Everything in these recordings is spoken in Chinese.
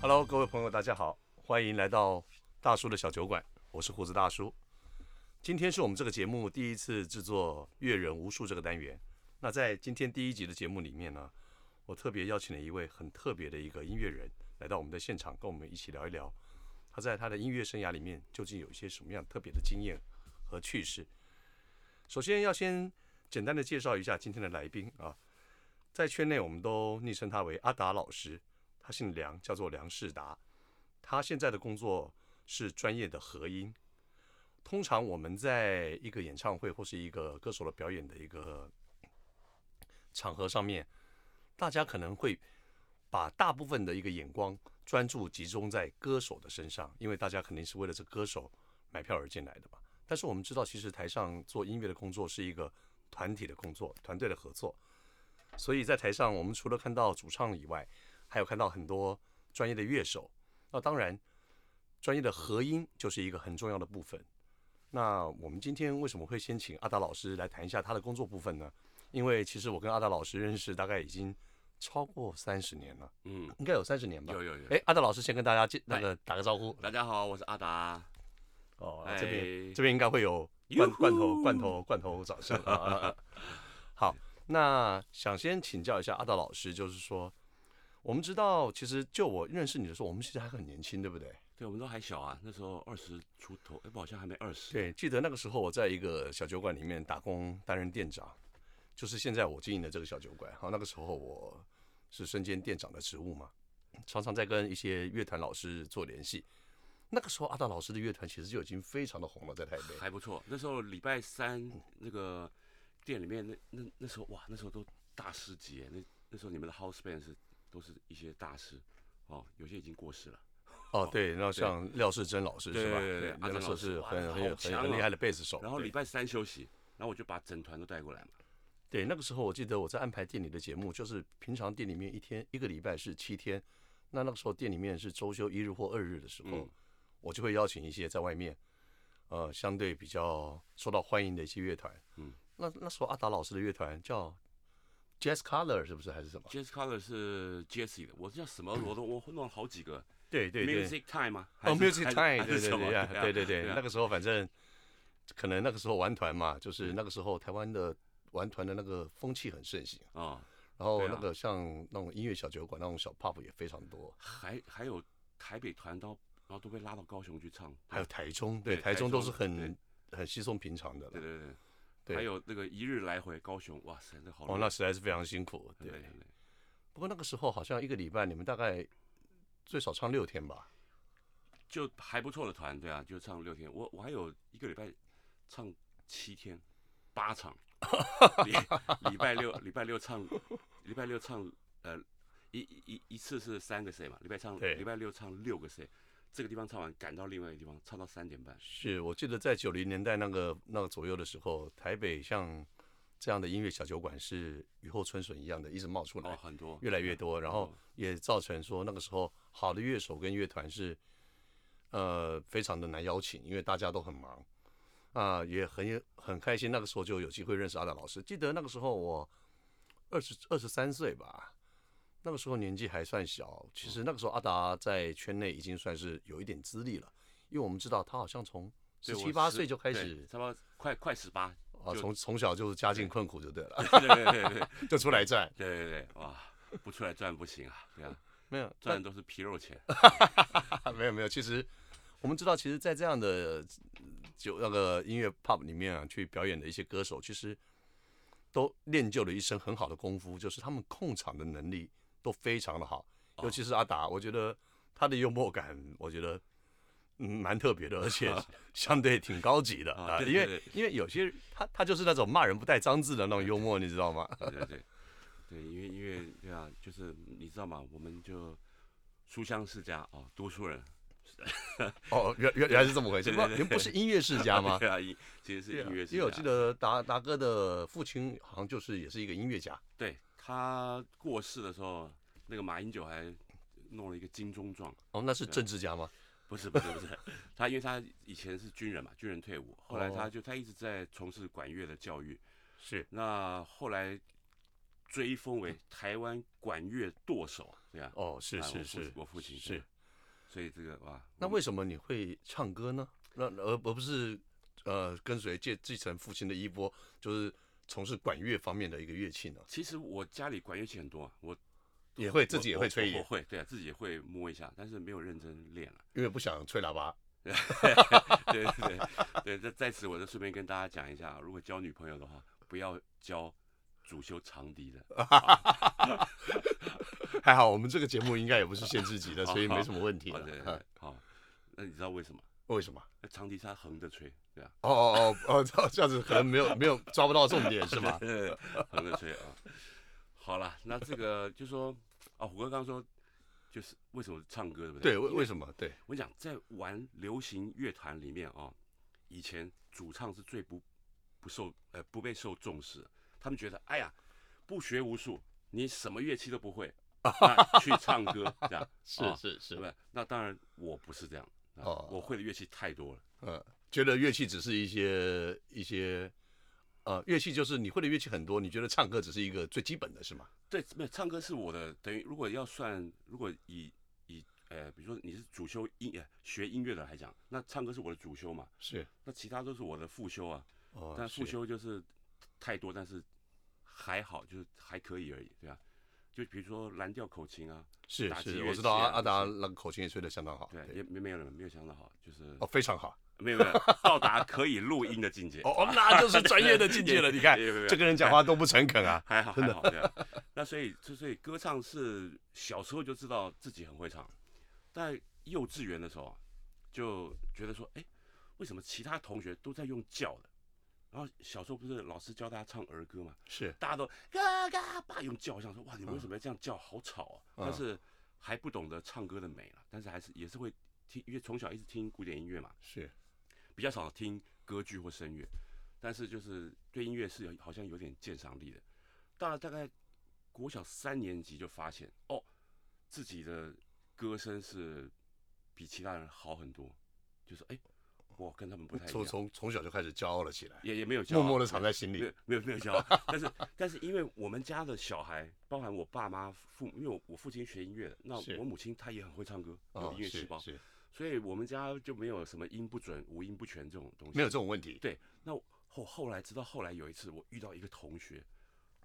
Hello，各位朋友，大家好，欢迎来到大叔的小酒馆，我是胡子大叔。今天是我们这个节目第一次制作“阅人无数”这个单元。那在今天第一集的节目里面呢，我特别邀请了一位很特别的一个音乐人来到我们的现场，跟我们一起聊一聊他在他的音乐生涯里面究竟有一些什么样特别的经验和趣事。首先要先简单的介绍一下今天的来宾啊，在圈内我们都昵称他为阿达老师，他姓梁，叫做梁世达。他现在的工作是专业的和音。通常我们在一个演唱会或是一个歌手的表演的一个场合上面，大家可能会把大部分的一个眼光专注集中在歌手的身上，因为大家肯定是为了这歌手买票而进来的嘛。但是我们知道，其实台上做音乐的工作是一个团体的工作，团队的合作。所以在台上，我们除了看到主唱以外，还有看到很多专业的乐手。那当然，专业的和音就是一个很重要的部分。那我们今天为什么会先请阿达老师来谈一下他的工作部分呢？因为其实我跟阿达老师认识大概已经超过三十年了， 嗯，应该有三十年吧。有有有哎，阿达老师先跟大家介那嗨个打个招呼。大家好，我是阿达。哦，哎这边这边应该会有罐哟呼罐头罐头罐头掌声啊啊！啊好，那想先请教一下阿达老师，就是说，我们知道，其实就我认识你的时候，我们其实还很年轻，对不对？对，我们都还小啊，那时候二十出头，哎、不，好像还没二十。，对，记得那个时候我在一个小酒馆里面打工，担任店长，就是现在我经营的这个小酒馆。好，那个时候我是身兼店长的职务嘛，常常在跟一些乐团老师做联系。那个时候，阿达老师的乐团其实就已经非常的红了，在台北。还不错。那时候礼拜三那个店里面，那那那时候哇，那时候都大师级耶，那那时候你们的 house band 是都是一些大师哦，有些已经过世了。哦，对，然后像廖世珍老师是吧？对对对那阿个珍时候老师是哇很好很有很强很厉哦害的贝斯手。然后对礼拜三休息，然后我就把整团都带过来嘛。对那个时候我记得我在安排店里的节目，就是平常店里面一天一个礼拜是七天，那那个时候店里面是周休一日或二日的时候，嗯我就会邀请一些在外面，呃，相对比较受到欢迎的一些乐团。嗯，那那时候阿达老师的乐团叫 Jazz Color 是不是还是什么？ Jazz Color 是 Jesse 的，我叫什么罗的，我弄了好几个。对对对。 Music Time 吗？还哦是，Music 还是 Time，还对是对什么对啊啊对对对，啊那个时候反正可能那个时候玩团嘛，嗯就是那个时候台湾的玩团的那个风气很盛行，哦，然后对啊那个像那种音乐小酒馆那种小 pub 也非常多，还还有台北团刀，然后都被拉到高雄去唱。还有台中，对，对台中台中都是很很稀松平常的对了。对对对对，还有那个一日来回高雄，哇塞，那好累。哦，那实在是非常辛苦。对对对，对，不过那个时候好像一个礼拜你们大概最少唱六天吧？就还不错的团，对啊，就唱六天。我我还有一个礼拜唱七天，八场，礼礼拜六礼拜六唱，礼拜六唱呃一一一一次是三个 C 嘛，礼拜唱对礼拜六唱六个 C，这个地方唱完赶到另外一个地方唱到三点半。是我记得在九零年代那个那个左右的时候，台北像这样的音乐小酒馆是雨后春笋一样的，一直冒出来哦，。很多越来越多，然后嗯也造成说那个时候好的乐手跟乐团是呃非常的难邀请，因为大家都很忙啊、也很很开心。那个时候就有机会认识阿达老师。记得那个时候我二十二十三岁吧，那个时候年纪还算小。其实那个时候阿达在圈内已经算是有一点资历了，因为我们知道他好像从十七八岁就开始差不多快快十八，啊，就从从小就是家境困苦就对了，对对对对 对就出来赚。对对，哇，不出来赚不行啊，对啊， 没有赚的都是皮肉钱。啊， 没有没有，其实我们知道，其实，在这样的呃酒那个音乐 pub 里面啊，去表演的一些歌手，其实都练就了一身很好的功夫，就是他们控场的能力都非常的好，尤其是阿达，我觉得他的幽默感，我觉得。嗯，蛮特别的，而 且相对挺高级的啊啊，对因为对对因为有些他他就是那种骂人不带脏字的那种幽默，你知道吗？对对对，对，因为因为对啊，就是你知道吗？我们就书香世家哦，读书人，哦，原原原来是这么回事，对不，对你对们不是音乐世家吗？ 对啊，音其实是对啊音乐世家。因为我记得达达哥的父亲好像就是也是一个音乐家，对他过世的时候，那个马英九还弄了一个金钟状。哦，那是政治家吗？不是不是不是，他因为他以前是军人嘛，军人退伍，后来哦他就他一直在从事管乐的教育，是那后来追封为台湾管乐舵手，对啊，哦，是啊是我父是我父亲对是啊。所以这个哇，那我为什么你会唱歌呢？那而而不是呃跟随继继承父亲的衣钵，就是从事管乐方面的一个乐器呢？其实我家里管乐器很多啊，我也会我自己也我会我吹我也，会对啊，自己也会摸一下，但是没有认真练了。因为不想吹喇 叭。对 对对对，在在此我就顺便跟大家讲一下，啊如果交女朋友的话，不要交主修长笛的，哦还好我们这个节目应该也不是限制级的，所以没什么问题好了。对啊对好，那你知道为什么？为什么？那长笛是它横着吹，对啊，哦哦哦哦，这这样子可能没有没有抓不到重点是 吗？对，横着吹啊。好了，那这个就说啊，虎哥刚刚说就是为什么唱歌对 不对？对，为为什么？对，我讲在玩流行乐团里面啊，以前主唱是最不不受呃不被受重视的，他们觉得哎呀，不学无术，你什么乐器都 不会，那去唱歌这样是啊是对不是，对？那当然我不是这样，啊哦我会的乐器太多了，嗯，觉得乐器只是一些一些，呃，乐器就是你会的乐器很多，你觉得唱歌只是一个最基本的是吗？对，没有唱歌是我的，等于如果要算，如果以以呃，比如说你是主修音呃学音乐的来讲，那唱歌是我的主修嘛，是，那其他都是我的副修啊，哦，但是复修就是太多，但是还好，就是还可以而已，对吧、就比如说蓝调口琴啊，是打击是，乐我知道器阿啊阿达是那个口琴也吹得相当好，对，也没没有人没有想到好，就是哦，非常好，没有没有到达可以录音的境界。哦哦，那就是专业的境界了。你看没有没有没有这个人讲话都不诚恳 啊，还好还好，对啊。那所以就所以歌唱是小时候就知道自己很会唱，但幼稚园的时候啊就觉得说，哎，为什么其他同学都在用叫的？然后小时候不是老师教大家唱儿歌嘛，是大家都嘎嘎爸用叫，我想说哇，你们为什么要这样叫？好吵啊！嗯但是还不懂得唱歌的美了，但是还是也是会听，因为从小一直听古典音乐嘛，是，比较少听歌剧或声乐，但是就是对音乐是有好像有点鉴赏力的。到了大概国小三年级就发现哦，自己的歌声是比其他人好很多，就是哎，我跟他们不太一从样，从从小就开始骄傲了起来，也也没有骄傲默默的藏在心没里有。没有没有骄傲，但是 但是因为我们家的小孩，包含我爸妈父母，因为我我父亲学音乐的，那是我母亲她也很会唱歌，有哦音乐细是胞，是，所以我们家就没有什么音不准、五音不全这种东西。没有这种问题。对，那我后后来直到后来有一次，我遇到一个同学，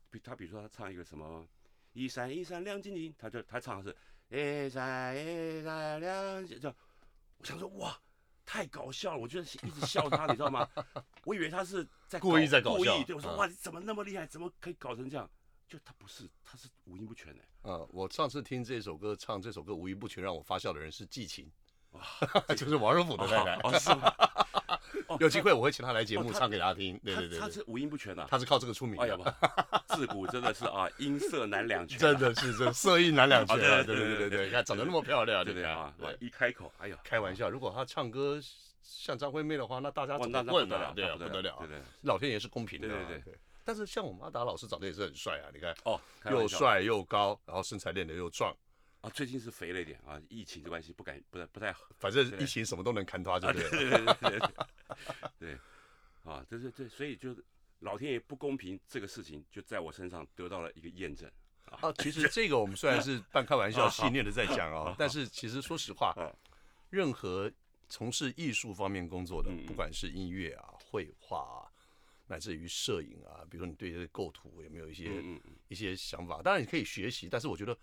比他比如说他唱一个什么“一闪一闪亮晶晶”，他就他唱的是“一闪一闪亮晶”，这样我想说哇。太搞笑了，我就一直笑他，你知道吗？我以为他是在故意在搞故笑意对我说、嗯哇，你怎么那么厉害，怎么可以搞成这样？就他不是，他是五音不全的、呃，我上次听这首歌唱这首歌无一不全让我发笑的人是季琴，哇， 就是王仁甫的太太。哦是吗？哦有机会我会请她来节哦目她唱给大家听。 对他对对他对，是五音不全的、她是靠这个出名哎 呀的。不，自古真的是啊，音色难两全啊、真的是这色艺难两全啊！哦对对对对对对对对，对你看长得那么漂亮，对不对看啊？哇对一开口，哎呀，开玩笑，如果她唱歌像张惠妹的话，那大家哇，怎么那那不混得啊了，？对啊，那不得了啊对！对对老天爷是公平的、啊，对对对。但是像我们阿达老师长得也是很帅啊，你看哦，开玩又笑帅又高，然后身材练得又壮，啊！最近是肥了一点啊，疫情的关系，不敢不太不太好反正对疫情什么都能看他，就啊，对对了。对对对对 对，啊，这是对，所以就是老天爷不公平这个事情，就在我身上得到了一个验证。啊，其实这个我们虽然是半开玩笑、 啊戏谑的在讲 哦啊，但是其实说实话啊，任何从事艺术方面工作的嗯，嗯不管是音乐啊、绘画啊，乃至于摄影啊，比如说你对这些构图有没有一些嗯嗯嗯，一些想法？当然你可以学习，但是我觉得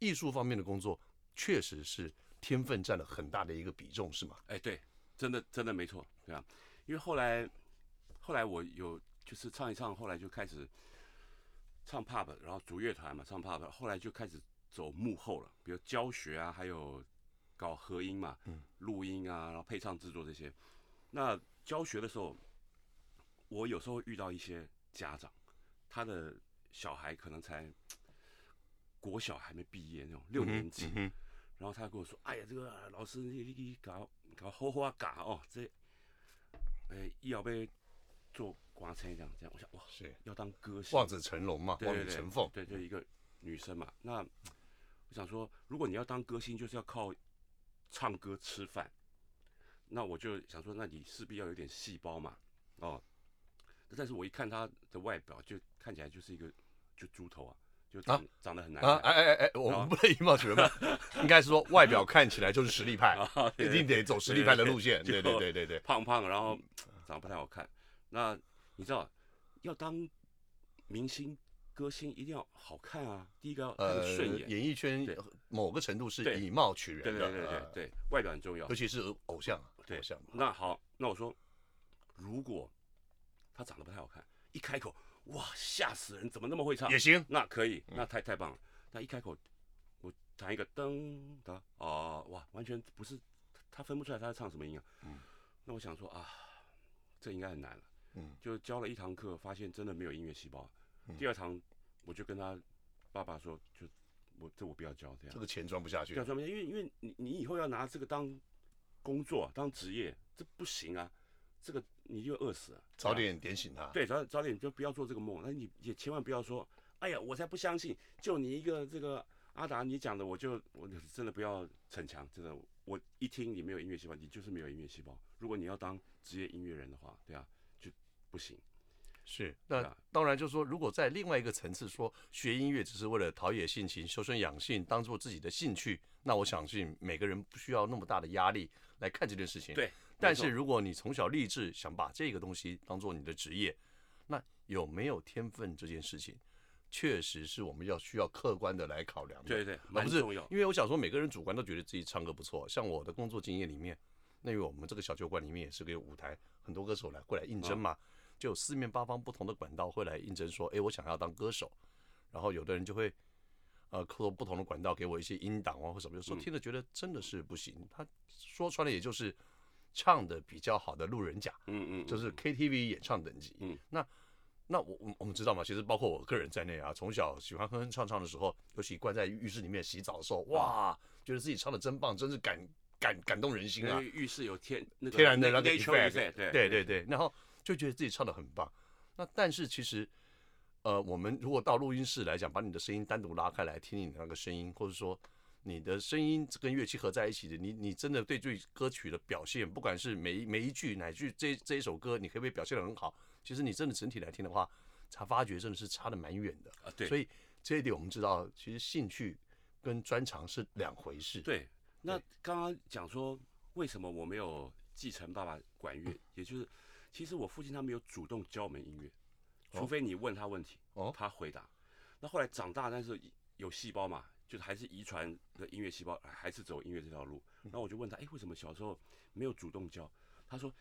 艺术方面的工作确实是天分占了很大的一个比重，是吗？哎，对，真的真的没错，对啊，因为后来后来我有就是唱一唱，后来就开始唱 pub，然后组乐团嘛，唱 pub，后来就开始走幕后了，比如教学啊，还有搞合音嘛，嗯录音啊，然后配唱制作这些。那教学的时候，我有时候遇到一些家长，他的小孩可能才国小还没毕业那种六年级，嗯哼然后他跟我说：“哎呀，这个啊老师你你搞搞好好啊教哦，这，哎、以后要做歌星这样这样。”我想哇，是要当歌星，望子成龙嘛，对望对女对成凤，对，就一个女生嘛。那我想说，如果你要当歌星，就是要靠唱歌吃饭。那我就想说，那你势必要有点细胞嘛，哦。但是我一看她的外表，就看起来就是一个就猪头啊，就长、长得很难啊，哎看哎哎哎，我啊们不能以貌取人嘛，应该是说外表看起来就是实力派，啊，哎一 对定得走实力派的路 线。对对对对对对对，胖胖，然后嗯长得不太好看。那你知道，要当明星、歌星一定要好看啊，第一个要看呃着，顺眼，演艺圈对某个程度是对以貌取对人对的，对对呃，对，外表很重要尤。其是偶像，啊对偶像那好，那我说，如果他长得不太好看，一开口，哇，吓死人，怎么那么会唱也？行。嗯那可以，那太太棒了。那一开口，我弹一个噔的，哦、哇，完全不是，他分不出来他在唱什么音啊。嗯那我想说啊，这应该很难了。啊嗯就教了一堂课，发现真的没有音乐细胞。嗯第二堂我就跟他爸爸说，就我这我不要教这样这，个钱赚不下去不要，专门，因为因为你你以后要拿这个当工作当职业，这不行啊，这个你就饿死了。早对啊点点醒他。对，早早点就不要做这个梦。那你也千万不要说，哎呀，我才不相信，就你一个这个阿达你讲的，我就我真的不要逞强，真的，我一听你没有音乐细胞，你就是没有音乐细胞。如果你要当职业音乐人的话，对啊，就不行。是，对那啊当然就是说，如果在另外一个层次说学音乐只是为了陶冶性情、修身养性，当做自己的兴趣，那我相信每个人不需要那么大的压力来看这件事情。对，但没错是如果你从小立志想把这个东西当做你的职业，那有没有天分这件事情，确实是我们要需要客观的来考量的。对对，而蛮啊不是重要。因为我想说，每个人主观都觉得自己唱歌不错。像我的工作经验里面，那因为我们这个小酒馆里面也是个有舞台，很多歌手来过来啊应征嘛，就有四面八方不同的管道会来应征，说，哎，我想要当歌手。然后有的人就会，呃，透过不同的管道给我一些音档啊或什么，有时候嗯听了觉得真的是不行。他说穿了也就是唱的比较好的路人甲，嗯嗯，就是 KTV 演唱等级。嗯，那那我我我们知道嘛，其实包括我个人在内啊，从小喜欢哼哼唱唱的时候，尤其关在浴室里面洗澡的时候，哇，觉得自己唱的真棒，真是感感感动人心因啊为！浴室有天那个天然的那个 nature effect， effect，对对对对，然后就觉得自己唱的很棒。那但是其实，呃，我们如果到录音室来讲，把你的声音单独拉开来听你的那个声音，或者说你的声音跟乐器合在一起的，你你真的对这歌曲的表现，不管是每一每一句哪一句这这一首歌，你可不可以表现的很好？其实你真的整体来听的话，才发觉真的是差的蛮远的。啊对，所以以这一点我们知道，其实兴趣跟专长是两回事。对。那刚刚讲说为什么我没有继承爸爸管嗯乐，也就是其实我父亲他没有主动教我们音乐，除非你问他问题，哦他回答。那后来长大，但是有细胞嘛，就是还是遗传的音乐细胞，还是走音乐这条路。嗯然后我就问他，哎，为什么小时候没有主动教？他说，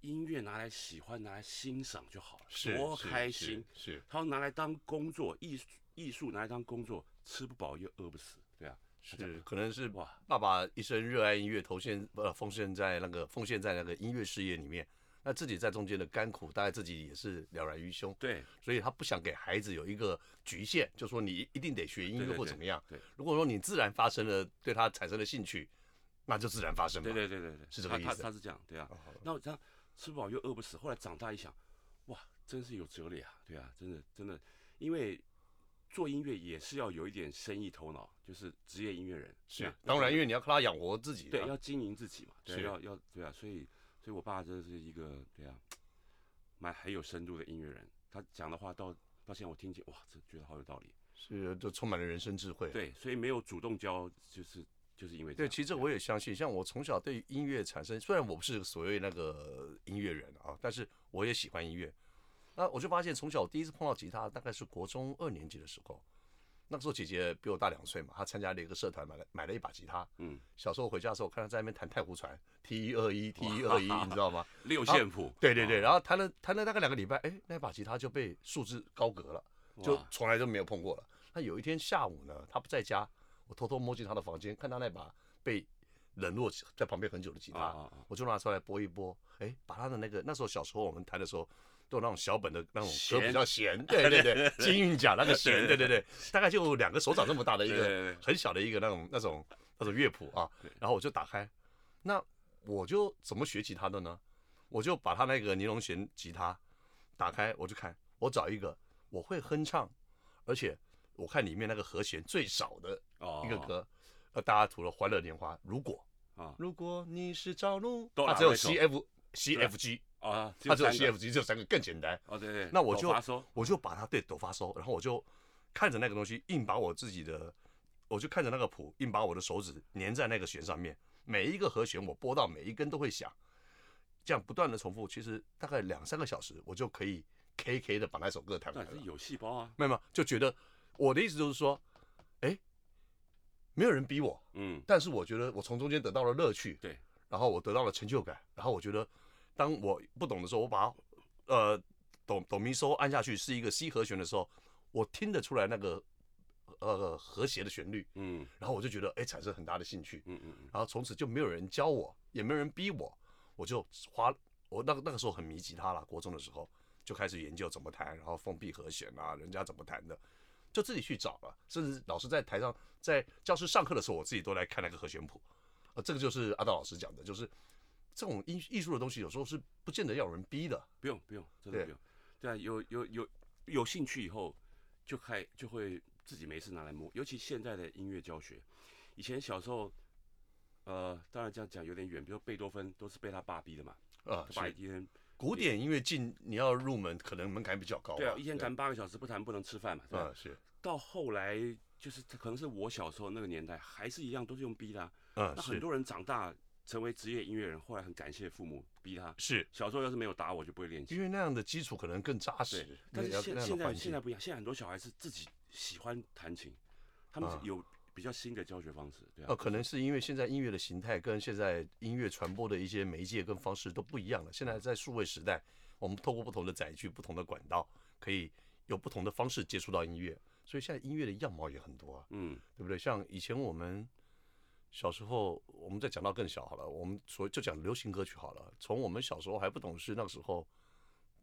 音乐拿来喜欢，拿来欣赏就好了，是多是开是心。啊是他要拿来当工作，艺术艺术拿来当工作，吃不饱又饿不死，对啊，这样是，可能是哇爸爸一生热爱音乐，投献呃奉献在那个奉献在那个音乐事业里面，那自己在中间的甘苦，大概自己也是了然于胸，对所以他不想给孩子有一个局限，就说你一定得学音对乐对或怎么样。对如果说你自然发生了对他产生了兴趣，那就自然发生吧。对对对对对，是这个意他思他他是这样，对啊哦。好那我这样吃不饱又饿不死，后来长大一想，哇，真是有哲理啊，对啊，真的真的，因为做音乐也是要有一点生意头脑，就是职业音乐人，对是啊，当然，因为你要靠他养活自己。啊对，要经营自己嘛，对啊，是要要对啊，所以所以我爸真的是一个对啊，蛮很有深度的音乐人，他讲的话到到现在我听见哇，这觉得好有道理。是就充满了人生智慧。啊对，所以没有主动教，就是就是因为这对，样其实我也相信，像我从小对音乐产生，虽然我不是所谓那个音乐人啊，但是我也喜欢音乐。那我就发现，从小我第一次碰到吉他，大概是国中二年级的时候。那个时候姐姐比我大两岁嘛，她参加了一个社团，买了买了一把吉他。嗯，小时候回家的时候，看她在那边弹太湖船，T 一二一 T 一二一，你知道吗？六啊线谱，对对啊对，，然后弹了弹了大概两个礼拜，哎，那把吉他就被束之高阁了，就哇从来都没有碰过了。那有一天下午呢，他不在家，我偷偷摸进他的房间，看他那把被冷落在旁边很久的吉他，啊啊啊我就拿出来拨一拨，哎，把他的那个那时候小时候我们弹的时候。都有那种小本的那种歌弦比较弦，对对对，金韵奖那个弦，对对对，大概就两个手掌这么大的一对对个对很小的一个那种那种那种乐谱啊对，然后我就打开，那我就怎么学吉他的呢？我就把他那个尼龙弦吉他打开，我就看，我找一个我会哼唱，而且我看里面那个和弦最少的哦一个歌，呃，大家除了《欢乐年华》，如果啊如果你是朝露，哆啦它只有那首 C F C F G，啊，它只有三 C 个 F G 只有三个更简单，哦对对，那我抖就发说我就把它对抖发收，然后我就看着那个东西，硬把我自己的，我就看着那个谱，硬把我的手指粘在那个弦上面，每一个和弦我拨到每一根都会响，这样不断的重复，其实大概两三个小时，我就可以 K K 的把那首歌弹完但了是。有细胞啊，没有，没有就觉得我的意思就是说，哎，没有人逼我，嗯，但是我觉得我从中间得到了乐趣，对，然后我得到了成就感，然后我觉得当我不懂的时候，我把呃哆哆咪嗦按下去是一个 C 和弦的时候，我听得出来那个呃和谐的旋律，嗯然后我就觉得哎产生很大的兴趣，嗯嗯嗯，然后从此就没有人教我，也没有人逼我，我就花我那个那个时候很迷吉他啦，国中的时候就开始研究怎么弹，然后封闭和弦啊，人家怎么弹的，就自己去找了，甚至老师在台上在教室上课的时候，我自己都来看那个和弦谱，呃，这个就是阿道老师讲的，就是这种艺艺术的东西，有时候是不见得要有人逼的，不用不用，真的对不用。对啊，有有有有兴趣以后，就开就会自己没事拿来摸，尤其现在的音乐教学，以前小时候，呃，当然这样讲有点远，比如贝多芬都是被他爸逼的嘛，啊、他爸一是天古典音乐进你要入门，可能门槛比较高吧，对啊，一天弹八个小时不弹不能吃饭嘛，对吧啊、？是，到后来就是可能是我小时候那个年代，还是一样都是用逼的、啊，啊、那很是多人长大成为职业音乐人，后来很感谢父母逼他。是。小时候要是没有打我，就不会练琴因。为那样的基础可能更扎实对，，那嗯但要是现那样现的环在境现在不一样，现在很多小孩是自己喜欢弹琴，他们是啊有比较新的教学方式，对啊，哦，可能是因为现在音乐的形态跟现在音乐传播的一些媒介跟方式都不一样了。现在在数位时代，我们透过不同的载具、不同的管道，可以有不同的方式接触到音乐，所以现在音乐的样貌也很多啊， 嗯，对不对？像以前我们小时候，我们再讲到更小好了，我们所就讲流行歌曲好了。从我们小时候还不懂事，那个时候，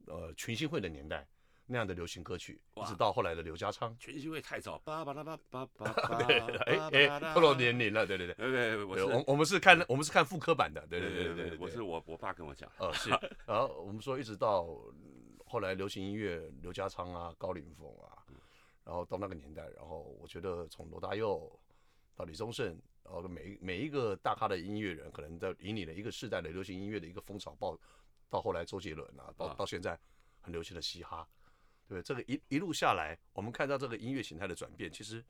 呃，群星会的年代那样的流行歌曲，一直哇到后来的刘家昌，全新会太早，叭叭啦叭叭叭对，叭，哎哎，透露年龄了，对对对。对对，对我对，是我我们是看我们是看副科版的，对对对哦对对对对对，对，我是我我爸跟我讲，呃是，然后我们说一直到嗯后来流行音乐刘家昌啊、高凌风啊，然后到那个年代，然后我觉得从罗大佑到李宗盛，然后每一每一个大咖的音乐人，可能在引领了一个世代的流行音乐的一个风潮爆，到后来周杰伦啊，到啊到现在很流行的嘻哈，对不对？这个一一路下来，我们看到这个音乐形态的转变，其实，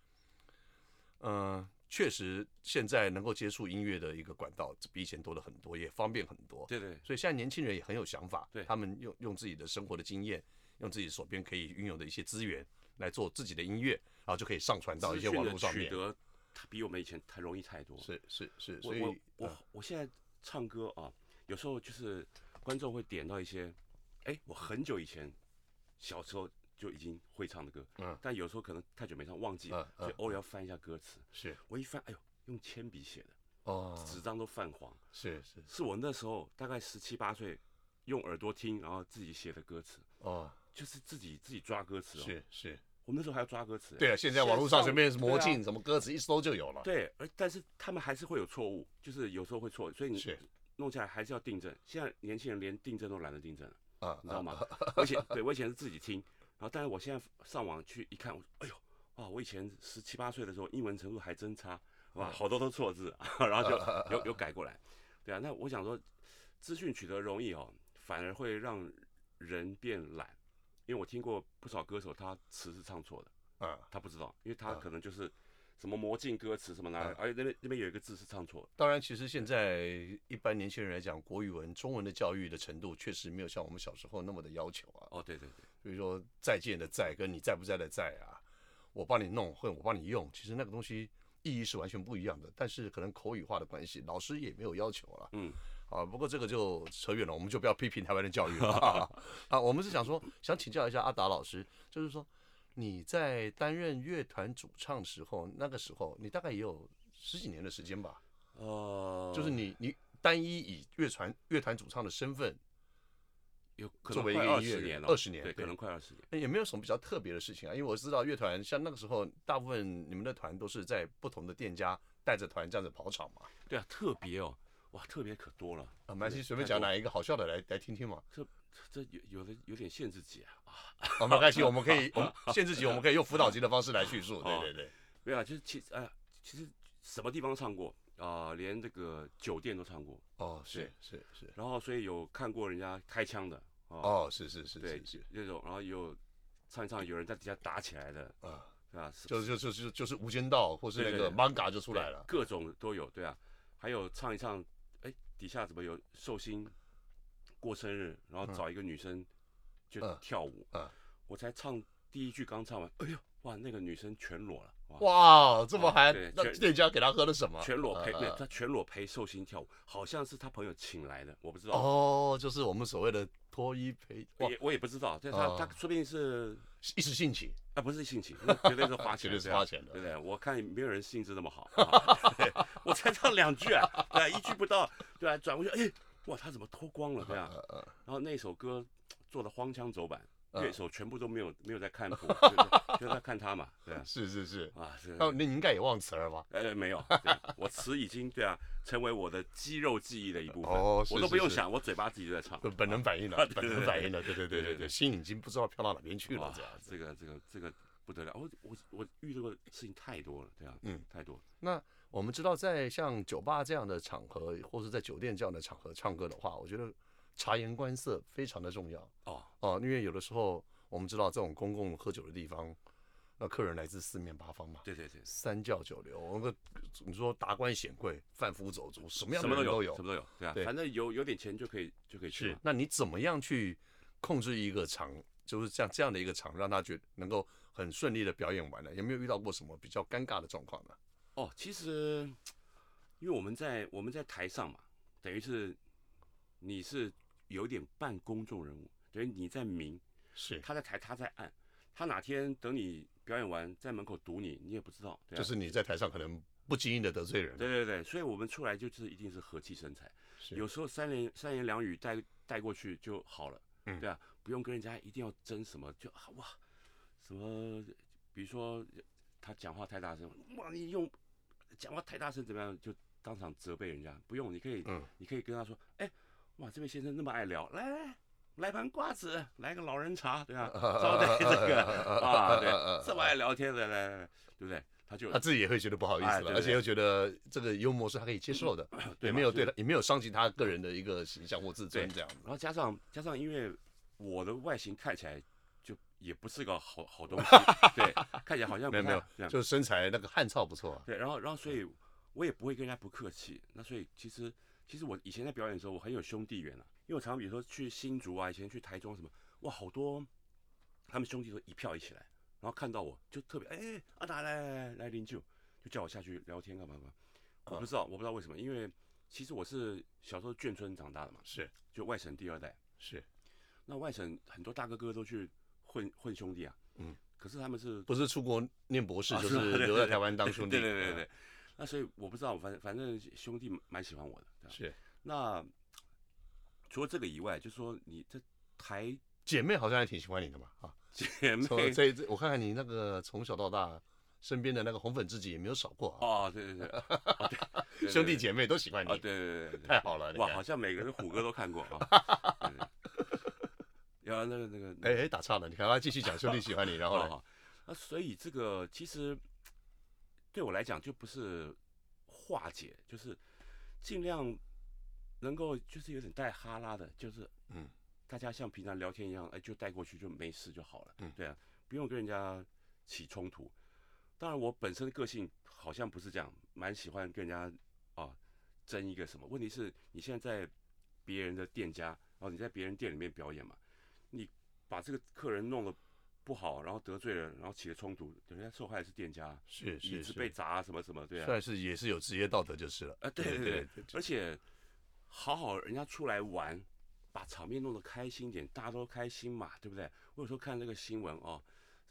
嗯，确实现在能够接触音乐的一个管道比以前多了很多，也方便很多。对对所以现在年轻人也很有想法，对他们用用自己的生活的经验，用自己手边可以运用的一些资源来做自己的音乐，然后就可以上传到一资些讯网的络上取面。得它比我们以前太容易太多，是是是，我所以我我呃我现在唱歌啊，有时候就是观众会点到一些，哎、我很久以前小时候就已经会唱的歌，嗯但有时候可能太久没唱忘记，嗯了，所以嗯偶尔要翻一下歌词。是我一翻，哎呦，用铅笔写的，哦，纸张都泛黄，是是是我那时候大概十七八岁，用耳朵听，然后自己写的歌词，哦，就是自己自己抓歌词、哦。，是是，我们那时候还要抓歌词、对啊，现在网络上随便上魔对啊镜什么歌词一搜就有了。对，而但是他们还是会有错误，就是有时候会错，所以你是弄下来还是要订正。现在年轻人连订正都懒得订正了，啊，你知道啊吗？我以前对我以前是自己听，然后但是我现在上网去一看，我说哎呦，哇，我以前十七八岁的时候英文程度还真差，哇，好多都错字，啊 然后就有有改过来。对啊，那我想说，资讯取得容易哦，反而会让人变懒，因为我听过不少歌手他词是唱错的。啊，他不知道，因为他啊可能就是什么魔镜歌词什么拿来，哎啊而且那边那边有一个字是唱错的。当然，其实现在一般年轻人来讲，国语文、中文的教育的程度确实没有像我们小时候那么的要求啊。哦，对对对，比如说再见的再跟你在不在的在啊，我帮你弄或者我帮你用，其实那个东西意义是完全不一样的。但是可能口语化的关系，老师也没有要求了嗯，啊。不过这个就扯远了，我们就不要批评台湾的教育了 啊。我们是想说，想请教一下阿达老师，就是说你在担任乐团主唱时候，那个时候你大概也有十几年的时间吧，呃，就是你你单一以乐团乐团主唱的身份有可作能为一快个二音乐十人年了， 20年对，对可能快二十年。也没有什么比较特别的事情啊，因为我知道乐团像那个时候，大部分你们的团都是在不同的店家带着团这样子跑场嘛。对啊，特别哦，哇，特别可多了。啊，蛮系，对随便讲哪一个好笑的来来听听嘛。这这有有的有点限制级啊，啊啊，没关系，我们可 以，我们限制级，我们可以用辅导级的方式来叙述。对哦对对，没有啊，就是其实哎呀，其实什么地方唱过啊、连这个酒店都唱过，哦，是是是，然后所以有看过人家开枪的啊，哦，是是是对是是，那种，然后有唱一唱有人在底下打起来的，啊，对啊，是就就就就就是《无间道》或是那对个《对对 Manga》就出来对了。各种都有，对啊，还有唱一唱，哎，底下怎么有寿星过生日，然后找一个女生就嗯跳舞，嗯我才唱第一句刚唱完，哎呦，哇，那个女生全裸了，哇，哇，这么还哦对那全店家给他喝了什么？全裸陪，嗯没有嗯她全裸陪寿星跳舞，好像是她朋友请来的，我不知道，哦，就是我们所谓的脱衣陪，哇，也我也不知道，但是她、她哦说不定是。一时兴起，啊，不是性情，那绝对是 花绝钱的，对是对啊花钱的对不对？我看没有人兴致那么好， 啊对我才唱两句啊，对啊，一句不到，对啊，转过去，哎，哇，他怎么脱光了，对啊，呃呃，然后那首歌做的荒腔走板，嗯乐手全部都没有没有在看谱， 就是就在看他嘛，对啊，是是是。啊是，那哦你应该也忘词了吧？呃没有，对我词已经对啊成为我的肌肉记忆的一部分，哦是我都不用是是想，我嘴巴自己就在唱，本能反应了啊， 本对对能对反应了，对对对对对对对，对心已经不知道飘到哪边去了哇，，这样子。这个这个这个不得了，我我我遇到过的事情太多了，对啊，嗯，太多了。那我们知道，在像酒吧这样的场合，或是在酒店这样的场合唱歌的话，我觉得察言观色非常的重要哦哦，因为有的时候我们知道这种公共喝酒的地方，那客人来自四面八方嘛，对对对，三教九流，那个你说达官显贵、贩夫走卒，什么样什的么人都都有，有什。么都有，对啊，对反正有有点钱就可以就可以去是嘛，，那你怎么样去控制一个场，就是像这样的一个场，让他觉得能够很顺利的表演完呢？有没有遇到过什么比较尴尬的状况呢？哦，其实因为我们在我们在台上嘛，等于是你是有点半公众人物，等于你在明，是，他在台，他在暗，他哪天等你表演完在门口堵你，你也不知道，对啊就是你在台上可能不经意的得罪人了对。对对，所以我们出来就是一定是和气生财，是有时候三言三言两语带带过去就好了，嗯对啊，不用跟人家一定要争什么，就啊哇，什么，比如说他讲话太大声，哇，你用讲话太大声怎么样，就当场责备人家，不用，你可以，嗯你可以跟他说，哎，哇，这位先生那么爱聊，来来来。来盘瓜子，来个老人茶，对 吧、招待这个啊，对，这么爱聊天的，来来来，对不对？他就他 自己也会觉得不好意思哎了，对而且对又觉得这个幽默是他可以接受的，也对嘛没有就对他，也没有伤及他个人的一个形象或自尊对这样子。然后加上加上，因为我的外形看起来就也不是个好好东西， 对，看起来好像不没有没太有好这，样就是身材那个汗臭不错啊。对，然后然后所以我也不会跟人家不客气。那所以其实其实我以前在表演的时候，我很有兄弟缘啊，因为我常常比如说去新竹啊，以前去台中什么，哇，好多他们兄弟都一票一起来，然后看到我就特别哎阿达来来来来领酒，就叫我下去聊天干嘛干嘛。我不知道我不知道为什么，因为其实我是小时候眷村长大的嘛，是就外省第二代。是，那外省很多大哥哥都去混混兄弟啊，嗯，可是他们是不是出国念博士，啊就是吗是对留对在对台湾当兄弟。 对对对对嗯对，那所以我不知道，反正反正兄弟蛮喜欢我的。对啊吧是那除了这个以外，就说你这台姐妹好像还挺喜欢你的嘛啊。姐 妹从这这，我看看你那个从小到大身边的那个红粉知己也没有少过啊，哦，对对对，哦对对 对兄弟对姐妹都喜欢啊，对你，对对对，太好了。你哇，看好，像每个人虎哥都看过 啊。对对然后那个那个，那个哎哎，打岔了，你看他继续讲兄弟喜欢你，然后好呢？好，哦那所以这个其实对我来讲就不是化解，就是尽量能够就是有点带哈拉的，就是嗯，大家像平常聊天一样，哎，就带过去就没事就好了，嗯对啊，不用跟人家起冲突。当然，我本身的个性好像不是这样，蛮喜欢跟人家啊争一个什么。问题是，你现在在别人的店家，然后你在别人店里面表演嘛，你把这个客人弄得不好，然后得罪了，然后起了冲突，人家受害的是店家，是椅是子被是，砸啊什么什么，对啊，算是也是有职业道德就是了。啊对对对对，而且好好人家出来玩，把场面弄得开心一点，大家都开心嘛，对不对？我有时候看那个新闻哦，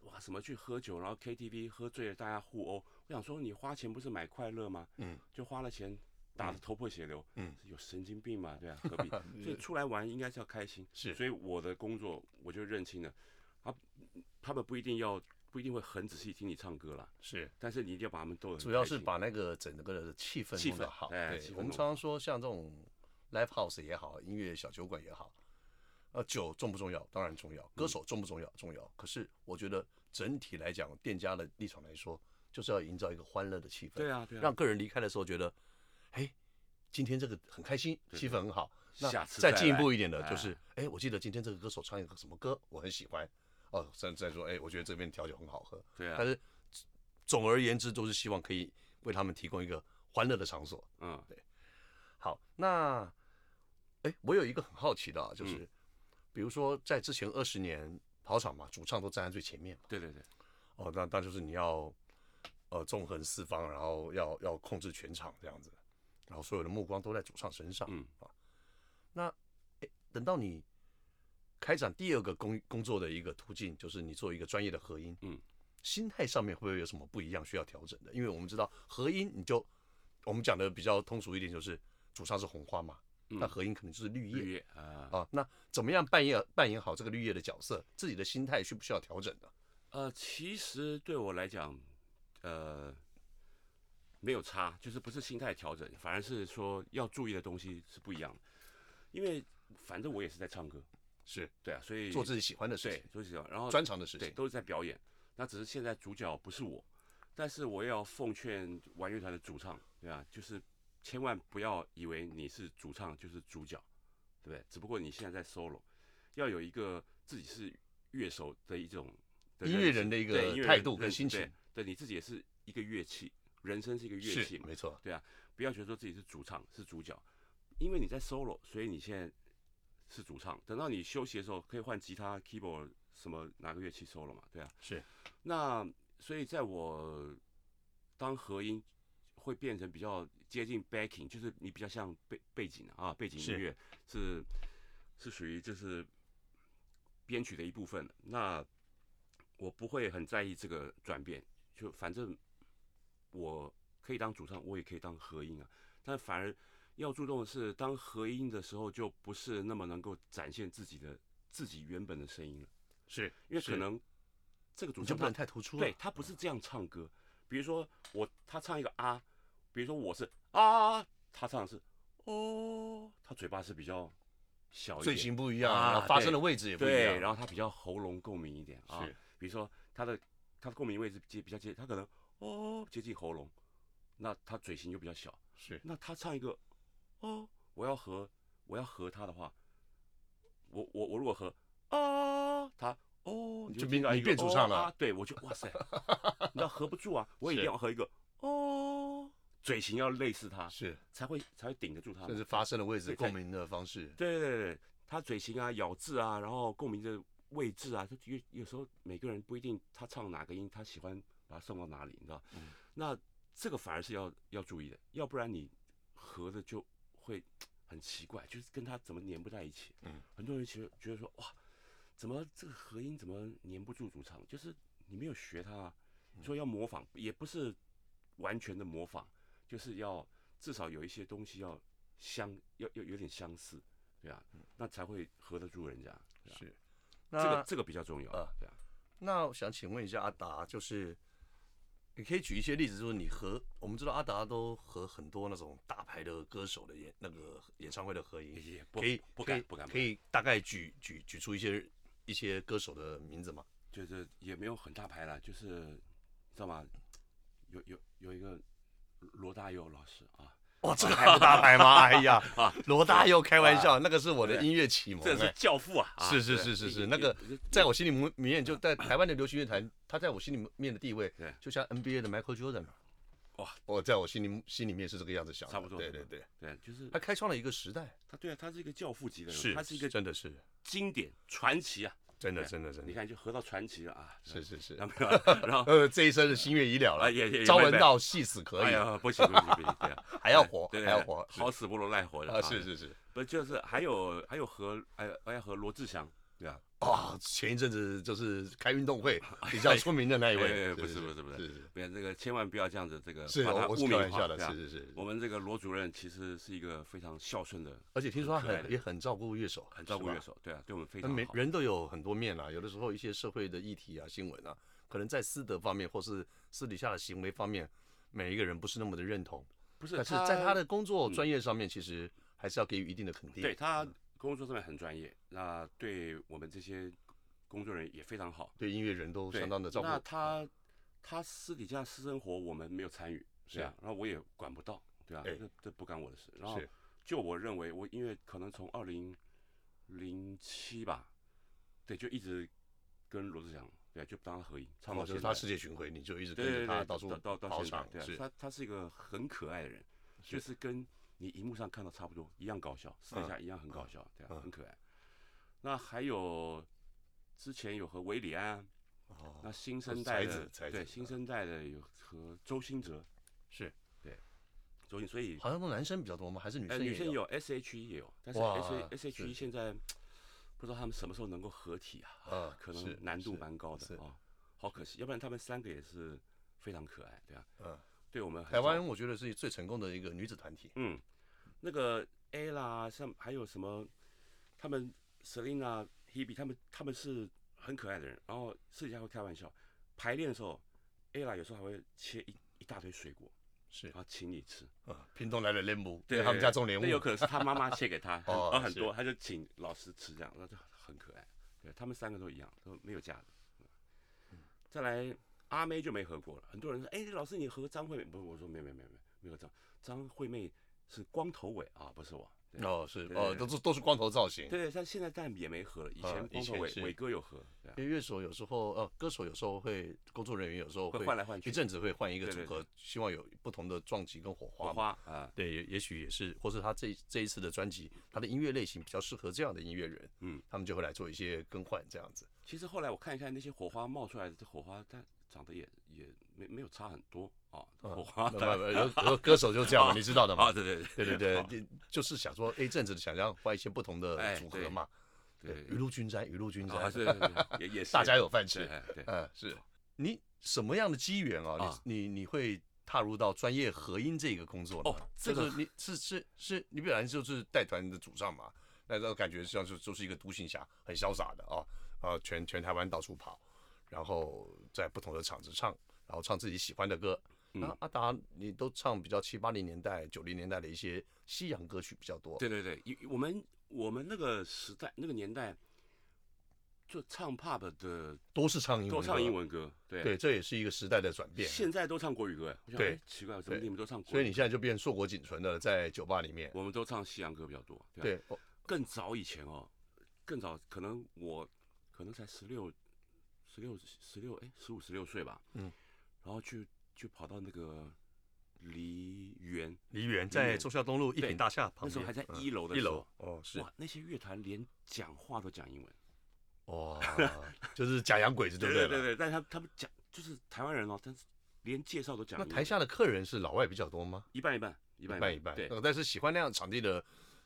哇，什么去喝酒，然后 KTV 喝醉了，大家互殴，我想说你花钱不是买快乐吗？嗯，就花了钱打得头破血流，嗯，有神经病嘛， 对啊，何必？所以出来玩应该是要开心，是所以我的工作我就认清了，他他们不一定要不一定会很仔细听你唱歌啦，是。但是你一定要把他们逗得很主要开是心把那个整个的气氛气弄得氛好。哎对气，氛我们弄得常常说像这种 live house 也好，音乐小酒馆也好，呃，酒重不重要？当然重嗯要。歌手重不重要？重要。可是我觉得整体来讲，店家的立场来说，就是要营造一个欢乐的气氛，对啊对啊，让客人离开的时候觉得，哎，今天这个很开心，对气氛很好。那下次再再进一来步一点的，就哎是，哎，我记得今天这个歌手唱一个什么歌，我很喜欢。哦，再再说，哎，我觉得这边调酒很好喝。对啊但，是总而言之，都是希望可以为他们提供一个欢乐的场所。嗯，好，那，哎，我有一个很好奇的、啊，就是、比如说在之前二十年跑场嘛，主唱都站在最前面嘛，对对对，哦，那那就是你要呃纵横四方，然后要要控制全场这样子，然后所有的目光都在主唱身上。嗯等到你开展第二个工工作的一个途径，就是你做一个专业的合音，嗯，心态上面会不会有什么不一样需要调整的？因为我们知道合音，你就我们讲的比较通俗一点，就是主唱是红花嘛，嗯那合音可能就是绿叶绿叶啊，啊。那怎么样扮演扮演好这个绿叶的角色？自己的心态需不需要调整呢？呃，其实对我来讲，呃，没有差，就是不是心态调整，反而是说要注意的东西是不一样的。因为反正我也是在唱歌，是对啊，所以做自己喜欢的事对情，做自己的，然后专长的事对情。都是在表演。那只是现在主角不是我，但是我也要奉劝玩乐团的主唱，对啊，就是千万不要以为你是主唱就是主角，对不对？只不过你现在在 solo，要有一个自己是乐手的一种的音认乐知人的一对音乐个人态度跟认心对情对你自己也是一个乐器，人生是一个乐器是嘛，没错，啊不要觉得说自己是主唱是主角，因为你在 solo，所以你现在是主唱。等到你休息的时候，可以换吉他、keyboard 什么哪个乐器 solo 嘛，对啊。是那所以在我当和音会变成比较接近 backing，就是你比较像背背景啊，背景是音乐是是属于就是编曲的一部分了。那我不会很在意这个转变，就反正我可以当主唱，我也可以当和音啊。但反而要注重的是，当和音的时候就不是那么能够展现自己的自己原本的声音了，是，因为可是能这个主你就唱他不能太突出了。对他不是这样唱歌。比如说我他唱一个啊，比如说我是啊，他唱的是哦，他嘴巴是比较小一嘴点，型不一样，啊然后发对声的位置也不一对，样。然后他比较喉咙共鸣一点啊。是比如说他的他的共鸣位置接比较接，他可能哦接近喉咙，那他嘴型就比较小。是那他唱一个哦，我要和我要和他的话，我我我如果和啊他哦，你就听变到你一个变主哦唱了啊对我就哇塞，你知道合不住啊，我一定是要和一个哦，嘴型要类似他，是，才会才会顶得住他嘛，甚至发声的位置、啊对共鸣的方式。对对对，他嘴型啊、咬字啊，然后共鸣的位置啊，就有有时候每个人不一定他唱哪个音，他喜欢把它送到哪里，你知道？嗯那这个反而是要要注意的，要不然你合的就会很奇怪，就是跟他怎么粘不在一起。嗯，很多人其实觉得说哇，怎么这个合音怎么粘不住主唱？就是你没有学他、啊，嗯说要模仿也不是完全的模仿，就是要至少有一些东西要相，要要有点相似，对啊，那才会合得住人家。对啊嗯是，这个嗯那这个比较重要呃，对啊，那我想请问一下阿达，就是你可以举一些例子，就是你和我们知道阿达都和很多那种大牌的歌手的演那个演唱会的合影，也不可以不可以敢不敢，可不敢，以大概举举举出一些一些歌手的名字吗？就是也没有很大牌了，就是你知道吗？有有有一个罗大佑老师啊，哇，这个还不大牌吗？哎呀， 啊罗大佑开玩笑，那个是我的音乐启蒙、这是哎，教父啊，啊是是对是是是也那个也在我心里面面就在台湾的流行乐坛，他在我心里面的地位对，就像 NBA 的 Michael Jordan。哦哇，我在我心里心里面是这个样子想的，差不多对差对不多对，对，就是他开创了一个时代，他对啊，他是一个教父级的人，是，他是一个真的是经典传奇啊，真的对真的真你的，看就合到传奇了啊，是是是然，后 然后呃，这一生是心愿已了啊了，也也也朝没闻没道夕死可哎矣，呀，不行不行不行，对啊， 还要活对还要活，好死不如赖活着啊，是，是是，不就是还有还有和哎还有和罗志祥，对啊，啊，前一阵子就是开运动会比较出名的那一哎位，哎不是不是不是不然这个千万不要这样子，这个是，把我他我污是开名玩化，笑对的，啊是，是是，我们这个罗主任其实是一个非常孝顺的，而且听说他很可爱很的也很照顾乐手，很照顾是吧乐手，对啊，对我们非那常每好，人都有很多面啊，有的时候一些社会的议题啊、新闻啊，可能在私德方面或是私底下的行为方面，每一个人不是那么的认同，不是但是在他的工作专业上面，其实还是要给予一定的肯定。嗯对，他工作上面很专业，那对我们这些工作人员也非常好，对音乐人都对相当的照那顾。哦他他私底下私生活我们没有参与，是对啊，然后我也管不到，对啊，哎这这不干我的事。然后是就我认为，我因为可能从二零零七吧，对，就一直跟罗志祥对，就当他合影，唱哦到就现是在。他世界巡回，你就一直对跟着对他对，到处到到跑现在场，对啊是，他他是一个很可爱的人，就是跟你荧幕上看到差不多，一样搞笑，私底嗯下一样很搞笑，对嗯啊，很可爱。那还有之前有和韦礼安，哦，那新生才代的子才对子新生代的有和周兴哲，是，周兴所以好像都男生比较多吗？还是女呃生也女生有 S H E 也有，但是哇 S H 是 E 现在不知道他们什么时候能够合体啊，啊可是能难度是蛮高是的啊，好可惜，要不然他们三个也是非常可爱，对啊，嗯，对我们很台早湾我觉得是最成功的一个女子团体，嗯，那个 A 啦，像还有什么，他们 Selina、Hebe 他们他们是很可爱的人，然后私底下会开玩笑。排练的时候，A 啦有时候还会切一一大堆水果，是然后请你吃。啊，屏东来的莲母，对因为他们家种莲雾那，有可能是他妈妈切 给他，很哦哦很是多，他就请老师吃这样，那就很可爱。对他们三个都一样，都没有架子。再来阿妹就没合过了，很多人说，哎、老师你和张惠妹，不是我说没有没有没有没有没有张张惠妹是光头尾啊，不是我。对哦是对哦，对都是都是光头造型，对，但现在但也没合了，以啊前以光头前伟是嗯伟哥有合，对啊因为乐手有时候呃，歌手有时候会，工作人员有时候会会换来换去一阵子会换一个对组对合，希望有不同的撞击跟火花火嘛。花啊，对，也也许也是，或是他这这一次的专辑，他的音乐类型比较适合这样的音乐人，嗯，他们就会来做一些更换这样子。其实后来我看一看那些火花冒出来的，这火花它长得也也没没有差很多啊，嗯火花哦那么有有歌手就这 样嘛，你知道的嘛啊，？对对对对好对，你就是想说，哎，阵子想要换一些不同的哎组对合嘛，对雨露均沾，雨露均沾，啊，对对对，也也 是大家有饭吃。是哎对，嗯，是你什么样的机缘啊啊？你你你会踏入到专业合音这个工作呢？哦这这个个你是是是，你本来就是带团的主唱嘛，那种感觉像是就是一个独行侠，很潇洒的啊啊，全全台湾到处跑，然后在不同的场子唱，然后唱自己喜欢的歌。嗯那阿达，你都唱比较七八零年代、九零年代的一些西洋歌曲比较多，对对对，有我们我们那个时代那个年代，就唱 pop 的都是唱英文，都唱英，文歌，对对，这也是一个时代的转变。现在都唱国语歌，哎我想对哎奇怪，怎么对你们都唱国语？所以你现在就变硕果仅存的，在酒吧里面，我们都唱西洋歌比较多，对啊对，哦更早以前哦，更早可能我可能才十六、十六、十六，哎，十五、十六岁吧。嗯，然后去就跑到那个梨园，梨园梨在园忠孝东路一对品大厦旁边，那时候还在嗯一楼的一时楼候，哦是哇，那些乐团连讲话都讲英文，哇，哦就是假洋 鬼子对不对了？对，但是他他们讲就是台湾人哦，但是连介绍都讲那英文。台下的客人是老外比较多吗？一半一半，一半一半一一半。对呃但是喜欢那样场地的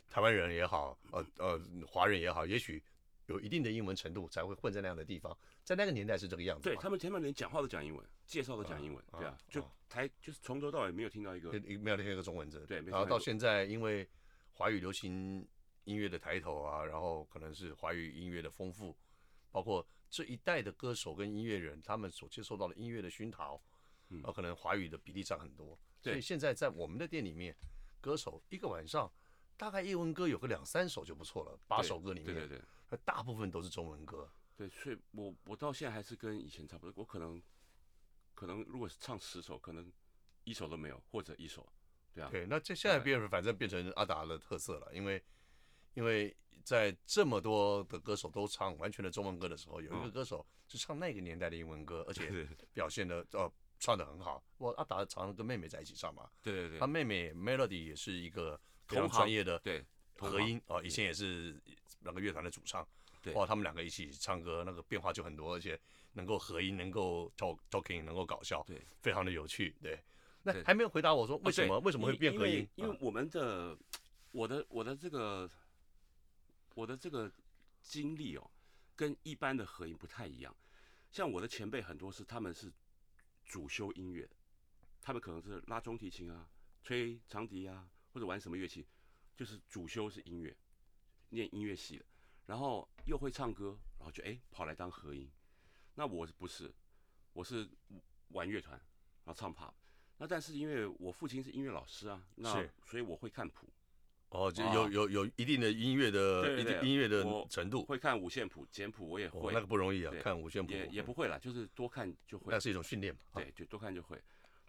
台湾人也好，呃呃，华人也好，也许有一定的英文程度才会混在那样的地方。在那个年代是这个样子对吗。他们前面连讲话都讲英文，介绍都讲英文，啊对啊啊，就啊台就是从头到尾没有听到一个就没有那个中文字。对没然后错到现在，因为华语流行音乐的抬头啊，然后可能是华语音乐的丰富，包括这一代的歌手跟音乐人，他们所接受到的音乐的熏陶，嗯然后可能华语的比例占很多。对所以现在在我们的店里面，歌手一个晚上大概英文歌有个两三首就不错了，八对首歌里对对面，对。那大部分都是中文歌。对，所以我我到现在还是跟以前差不多，我可能可能如果是唱十首，可能一首都没有，或者一首，对啊，对，那这现在变反正变成阿达的特色了，因为因为在这么多的歌手都唱完全的中文歌的时候，有一个嗯歌手是唱那个年代的英文歌，而对且对 表现的呃唱的很好。我阿达常常跟妹妹在一起唱嘛，对对他对妹妹 Melody 也是一个非常同行专业的对，同合行音啊、以前也是那个乐团的主唱，对哇，他们两个一起唱歌，那个变化就很多，而且能够合音，能够 talk talking，能够搞笑，对，非常的有趣，对。那对还没有回答我说为什哦对么、为什么会因变因合为音？因啊为我们的我的我的这个我的这个经历哦，跟一般的合音不太一样。像我的前辈很多是他们是主修音乐的，他们可能是拉中提琴啊、吹长笛啊，或者玩什么乐器，就是主修是音乐，念音乐系的，然后又会唱歌，然后就哎、跑来当合音。那我不是，我是玩乐团，然后唱 pop。那但是因为我父亲是音乐老师啊，那是所以我会看谱，哦，就啊有有有一定的音乐的对一对定对音乐的我程度，会看五线谱、简谱，我也哦会，那个不容易啊，对看五线谱也也不会啦，就是多看就会那。是一种训练嘛。啊，对，就多看就会。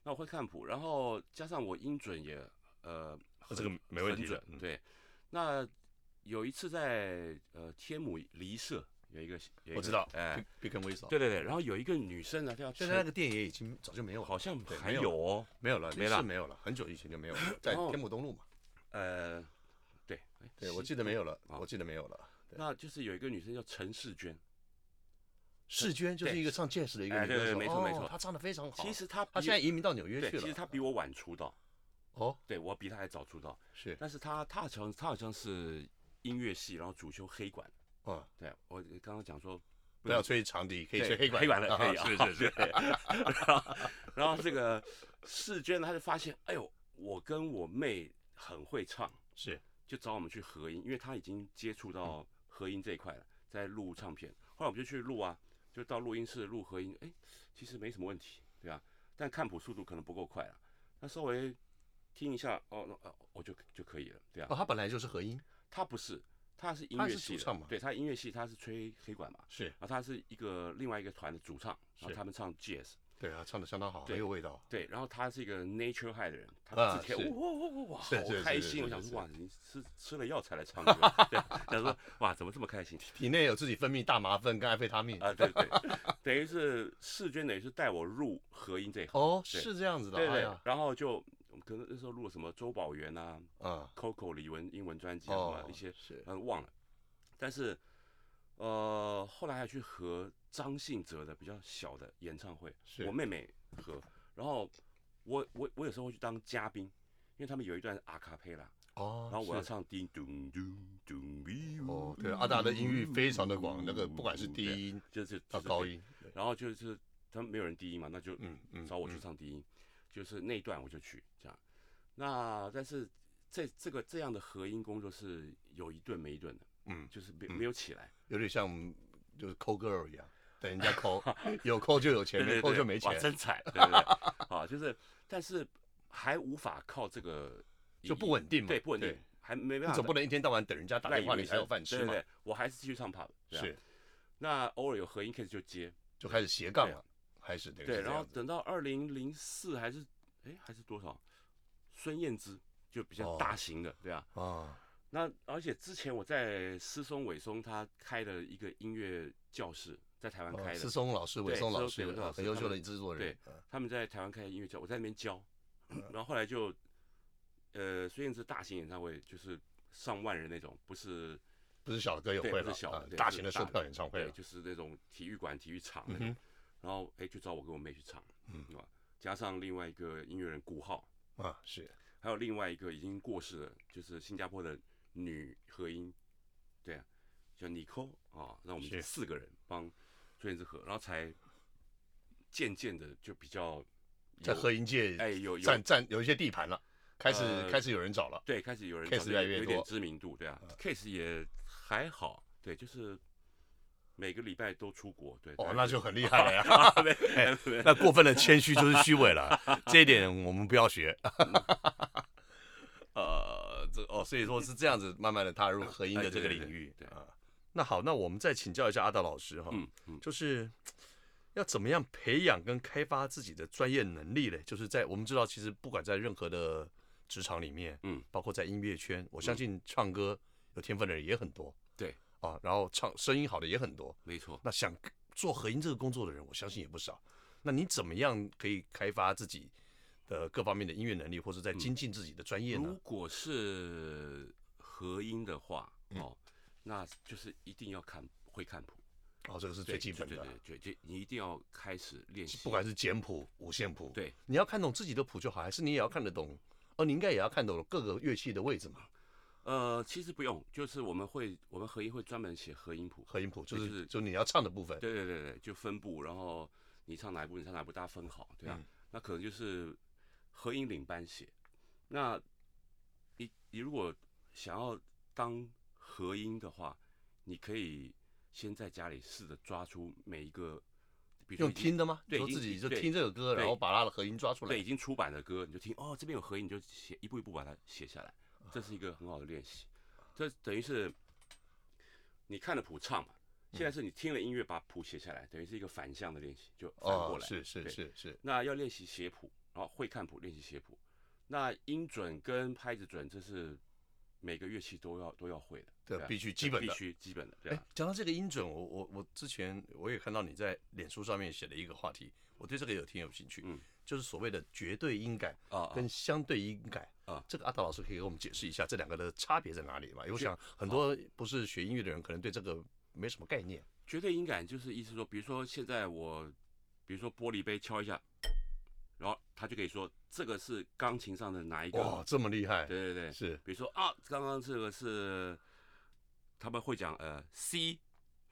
那我会看谱，然后加上我音准也呃，啊这很个没问很题的准嗯对，那有一次在呃天母离社有一个有一个我知道，哎， ，Pick and Whistle。对对对，然后有一个女生呢，叫现在那陈，个店也已经早就没有了，好像对还没有有哦，没有了，没了，了哦没有了，很久以前就没有了，在然后天母东路嘛。呃，对，哎对，我西记得没有了，啊我记得没有了。对那就是有一个女生叫陈世娟，世娟就是对一个唱 jazz 的一个哎女歌对手，对没错没哦错她唱的非常好。其实她比她现在移民到纽约对，去了。其实她比我晚出道，哦，对我比她还早出道，是但是她她好像她好像是音乐系，然后主修黑管，啊，对我刚刚讲说不要吹长笛，可以对吹黑管，黑管的可以啊啊是是是，对然后 然后这个世娟呢，她就发现，哎呦，我跟我妹很会唱， 是就找我们去合音，因为她已经接触嗯到合音这一块了，在录唱片。后来我们就去录啊，就到录音室录合音，哎，其实没什么问题，对吧、但看谱速度可能不够快了，那稍微听一下，哦，那哦我就就可以了，对哦，啊。她本来就是合音，她不是，她是音她乐是系主的唱嘛对，她音乐系，她是吹黑管嘛，是然后他是一个另外一个团的主唱，然是后他们唱 jazz，对啊，唱的相当好，对很有味道。对，然后他是一个 nature high 的人，啊他之前是哇哇哇哇，是好是是开是是心，我想是说哇，你吃吃了药才来唱歌， 对，想说哇怎么这么开心体内有自己分泌大麻酚跟安非他命。啊？对对，等于是世娟等于是带我入合音这一行，哦，对是这样子的，对哎对呀，，然后就我们可能那时候录了什么周宝源啊、啊， Coco 李玟英文专辑啊什哦么，一些，是嗯忘了，但是呃后来还去和张信哲的比较小的演唱会。是，我妹妹和，然后我我我有时候会去当嘉宾，因为他们有一段阿卡佩拉，哦，然后我要是唱叮咚咚咚哦，对，阿达的音域非常的广，那个不管是低嗯对音就是到就是高对音，对然后就是他们没有人低音嘛，那就嗯嗯，找我去嗯唱低音，就是那一段我就去这样。那但是这这个这样的合音工作是有一顿没一顿的，嗯就是没没有起来，有点像就是抠 girl 一样，等 人家抠，有抠就有钱，没抠就没哇钱，真惨，对不对？啊，就是但是还无法靠这个 就不稳定嘛对，不稳定对，还没你办法，总不能一天到晚等人家打赖电以话为你才有生饭吃对嘛对，对，我还是继续唱 pub，对啊是，那偶尔有合音 case 就接，就开始斜杠了，还是对啊对，然后等到二零零四还是哎还是多少，孙燕姿就比较哦大型的，对啊。啊，那而且之前我在思松伟松他开了一个音乐教室，在台湾开哦啊思的，松老师、伟对松思老松师伟松啊老很师优他秀的们制作人，啊他们在台湾开音乐教，我在那边教，嗯 然后后来就，呃，孙燕姿大型演唱会就是上万人那种，不是不是小的歌友对会不是了小，啊的对大是型的大售的票演唱会对，了，就是那种体育馆、体育场那嗯种。哼然后哎，就找我跟我妹去唱，嗯，对吧？加上另外一个音乐人古浩，啊是还有另外一个已经过世的，就是新加坡的女和音，对啊，叫 Nicole 啊，那我是们四个人帮孙燕姿合，然后才渐渐的就比较在有合音界哎有有占占有一些地盘了，开始、呃开始有人找了，对，开始有人 case 找这越来个越有点多嗯知名度，对啊，case 也还好，对，就是每个礼拜都出国，对，哦大，概那就很 厉害了呀。啊没 哎没那过分的谦虚就是虚伪 了，这一点我们不要学。 呃，这哦，所以说是这样子，慢慢的踏入合音的这个领域哎对对对对啊。那好，那我们再请教一下阿达老师哈， 嗯 嗯，就是要怎么样培养跟开发自己的专业能力嘞？就是在我们知道，其实不管在任何的职场里面，嗯，包括在音乐圈，我相信唱歌有天分的人也很多，对啊，然后唱声音好的也很多，没错。那想做合音这个工作的人，我相信也不少。那你怎么样可以开发自己的各方面的音乐能力，或者在嗯精进自己的专业如呢？果是和音的话，嗯哦，那就是一定要看会看谱，哦，这个是最对基本的对，对对对，你一定要开始练习，不管是简谱、五线谱，，对你要看懂自己的谱就好，还是你也要看得懂？哦，你应该也要看懂各个乐器的位置嘛。呃，其实不用，就是我们会我们和音会专门写和音谱，合音谱就对是、就是你要唱的部分，对对对对，就分布，然后你唱哪一部，你唱哪一部，大家分好，对啊，嗯那可能就是合音领班写。那你你如果想要当合音的话，你可以先在家里试着抓出每一个，比如说用已经听的吗？对说已经自己就对听这个歌，对然后把它的合音抓出对已来。经出版的歌，你就听哦，这边有合音，你就写一步一步把它写下来，啊这是一个很好的练习。这等于是你看了谱唱嘛，嗯现在是你听了音乐把谱写下来，等于是一个反向的练习，就反过哦，来。是是对是是，那要练习写谱，然后会看谱，练习写谱。那音准跟拍子准这是每个乐器都要都要会的，对啊必须基本的必须基本的，对哎啊，，讲到这个音准，我我我之前我也看到你在脸书上面写了一个话题，我对这个有挺有兴趣，嗯，就是所谓的绝对音感啊啊跟相对音感啊这个阿达老师可以给我们解释一下这两个的差别在哪里吧？因为我想很多不是学音乐的人可能对这个没什么概念，绝对音感就是意思说，比如说现在我，比如说玻璃杯敲一下，然后他就可以说这个是钢琴上的哪一哇，个？这么厉害，对对对，是比如说啊，刚刚这个是他们会讲呃 C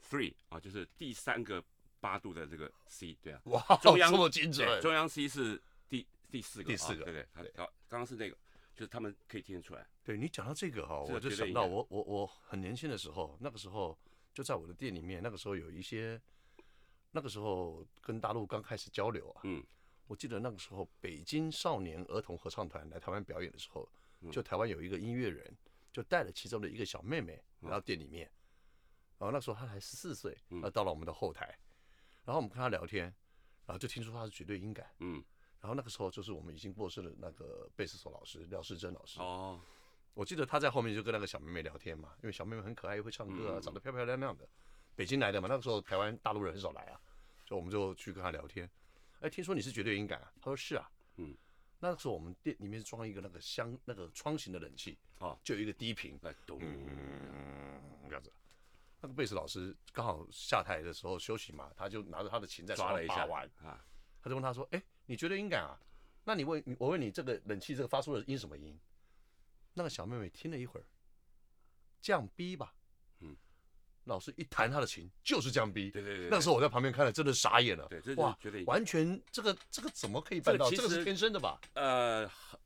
three 啊，就是第三个八度的这个 C，对啊，哇，中央 这么精对，准，中央 C 是第第四个，第四啊个对对，他对刚刚刚是那个，就是他们可以听得出来，对你讲到这个哈、这我个就绝想对到一样我我我很年轻的时候，那个时候就在我的店里面，那个时候有一些，那个时候跟大陆刚开始交流啊，嗯，我记得那个时候北京少年儿童合唱团来台湾表演的时候，嗯就台湾有一个音乐人，就带了其中的一个小妹妹嗯来到店里面，然后那时候她才十四岁，嗯那到了我们的后台，然后我们跟她聊天，然后就听出她是绝对音感，嗯，然后那个时候就是我们已经过世的那个贝斯手老师廖世珍老师，哦，我记得他在后面就跟那个小妹妹聊天嘛，因为小妹妹很可爱，又会唱歌嗯嗯啊，嗯长得漂漂亮亮的，北京来的嘛，那个时候台湾大陆人很少来啊，就我们就去跟他聊天。哎，听说你是绝对音感啊？他说是啊。嗯，那个时候我们店里面装一个那个箱那个窗型的冷气，哦，就有一个低频，来咚，嗯，这样子。那个贝斯老师刚好下台的时候休息嘛，他就拿着他的琴在手抓上了一下把玩，啊，他就问他说：“哎、你觉得音感啊？那你问你我问你，这个冷气这个发出的音什么音？”那个小妹妹听了一会儿，降 B 吧。嗯，老师一弹她的琴就是降 B。对对对，那时候候我在旁边看了，真的傻眼了。对，这就是哇，绝对完全这个这个怎么可以办到？这这个个其实是天生的吧？呃，后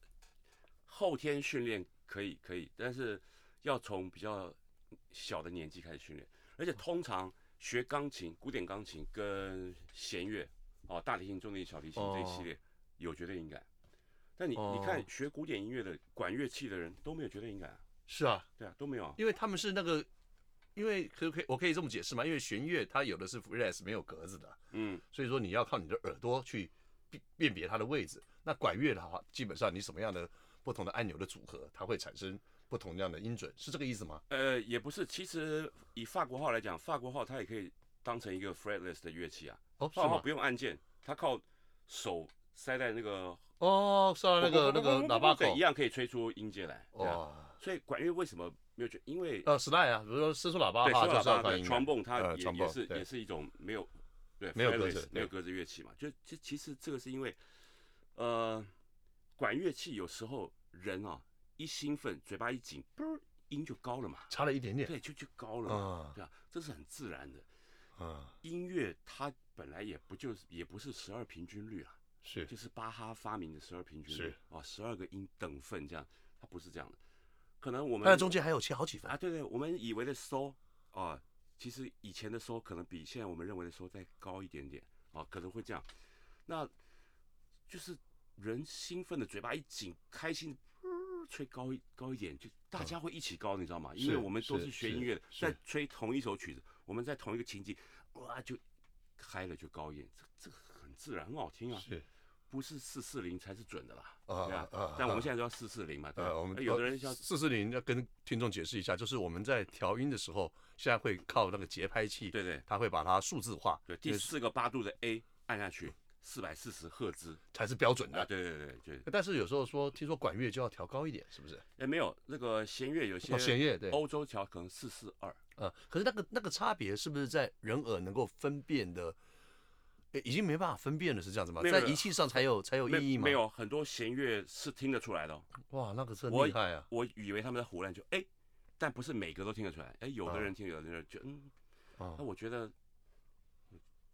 后天训练可以可以，但是要从比较小的年纪开始训练，而且通常学钢琴、古典钢琴跟弦乐哦，大提琴、中提琴、小提琴这一哦系列有绝对音感。但你你哦看学古典音乐的管乐器的人都没有绝对音感啊，是啊，对啊，都没有啊。因为他们是那个，因为可可以我可以这么解释嘛？因为弦乐它有的是 f r e s 没有格子的，嗯，所以说你要靠你的耳朵去辨辨别它的位置。那管乐的话，基本上你什么样的不同的按钮的组合，它会产生不同样的音准，是这个意思吗？呃，也不是，其实以法国号来讲，法国号它也可以当成一个 fretless 的乐器啊，哦，是法国号吗不？用按键，它靠手塞在那个哦，是啊，那个那个喇叭口对，一，样可以吹出音阶来。对啊，哇，所以管乐为什么没有觉？因为呃，slide 啊，比如说伸缩喇叭对，哈，说就喇是要叭靠对音传感。蹦，它呃也传蹦也是对也是一种没有对没有格 fretless，子没有对格子乐器嘛。就其其实这个是因为呃，管乐器有时候人啊一兴奋，嘴巴一紧，嘣儿音就高了嘛。差了一点点。对，就就高了嘛。啊对啊，这是很自然的。啊，音乐它本来也不就是也不是十二平均律啊。是就是巴哈发明的十二平均律是啊，十二个音等分这样，它不是这样的。可能我们但是中间还有切好几分啊，。对对，我们以为的收啊，其实以前的收可能比现在我们认为的收再高一点点啊，可能会这样。那就是人兴奋的嘴巴一紧，开心。呃吹高一高一点，就大家会一起高，你知道吗？因嗯为是我们都是是学是音乐的，是在吹同一首曲子，我们在同一个情景，哇，就嗨了，就高一点，这这个很自然，很好听啊。是不是四四零才是准的啦，啊对啊啊啊，但我们现在都要四四零嘛，对吧呃，我们哎有的人要四四零要跟听众解释一下，就是我们在调音的时候，现在会靠那个节拍器，对对它会把它数字化，对，第四个八度的 A 按下去，四百四十赫兹才是标准的啊，。对对对对，但是有时候说，听说管乐就要调高一点，是不是？哎没有那个弦乐有哦，弦些乐对，欧洲调可能四四二，呃，可是那个那个差别是不是在人耳能够分辨的？诶已经没办法分辨了，是这样子吗？没有在没有仪器上才有才有意没义吗？没，有很多弦乐是听得出来的哦，哇，那个真我厉害啊！我以为他们在胡乱就哎，但不是每个都听得出来，哎有啊的人听，有的人就嗯，啊那，我觉得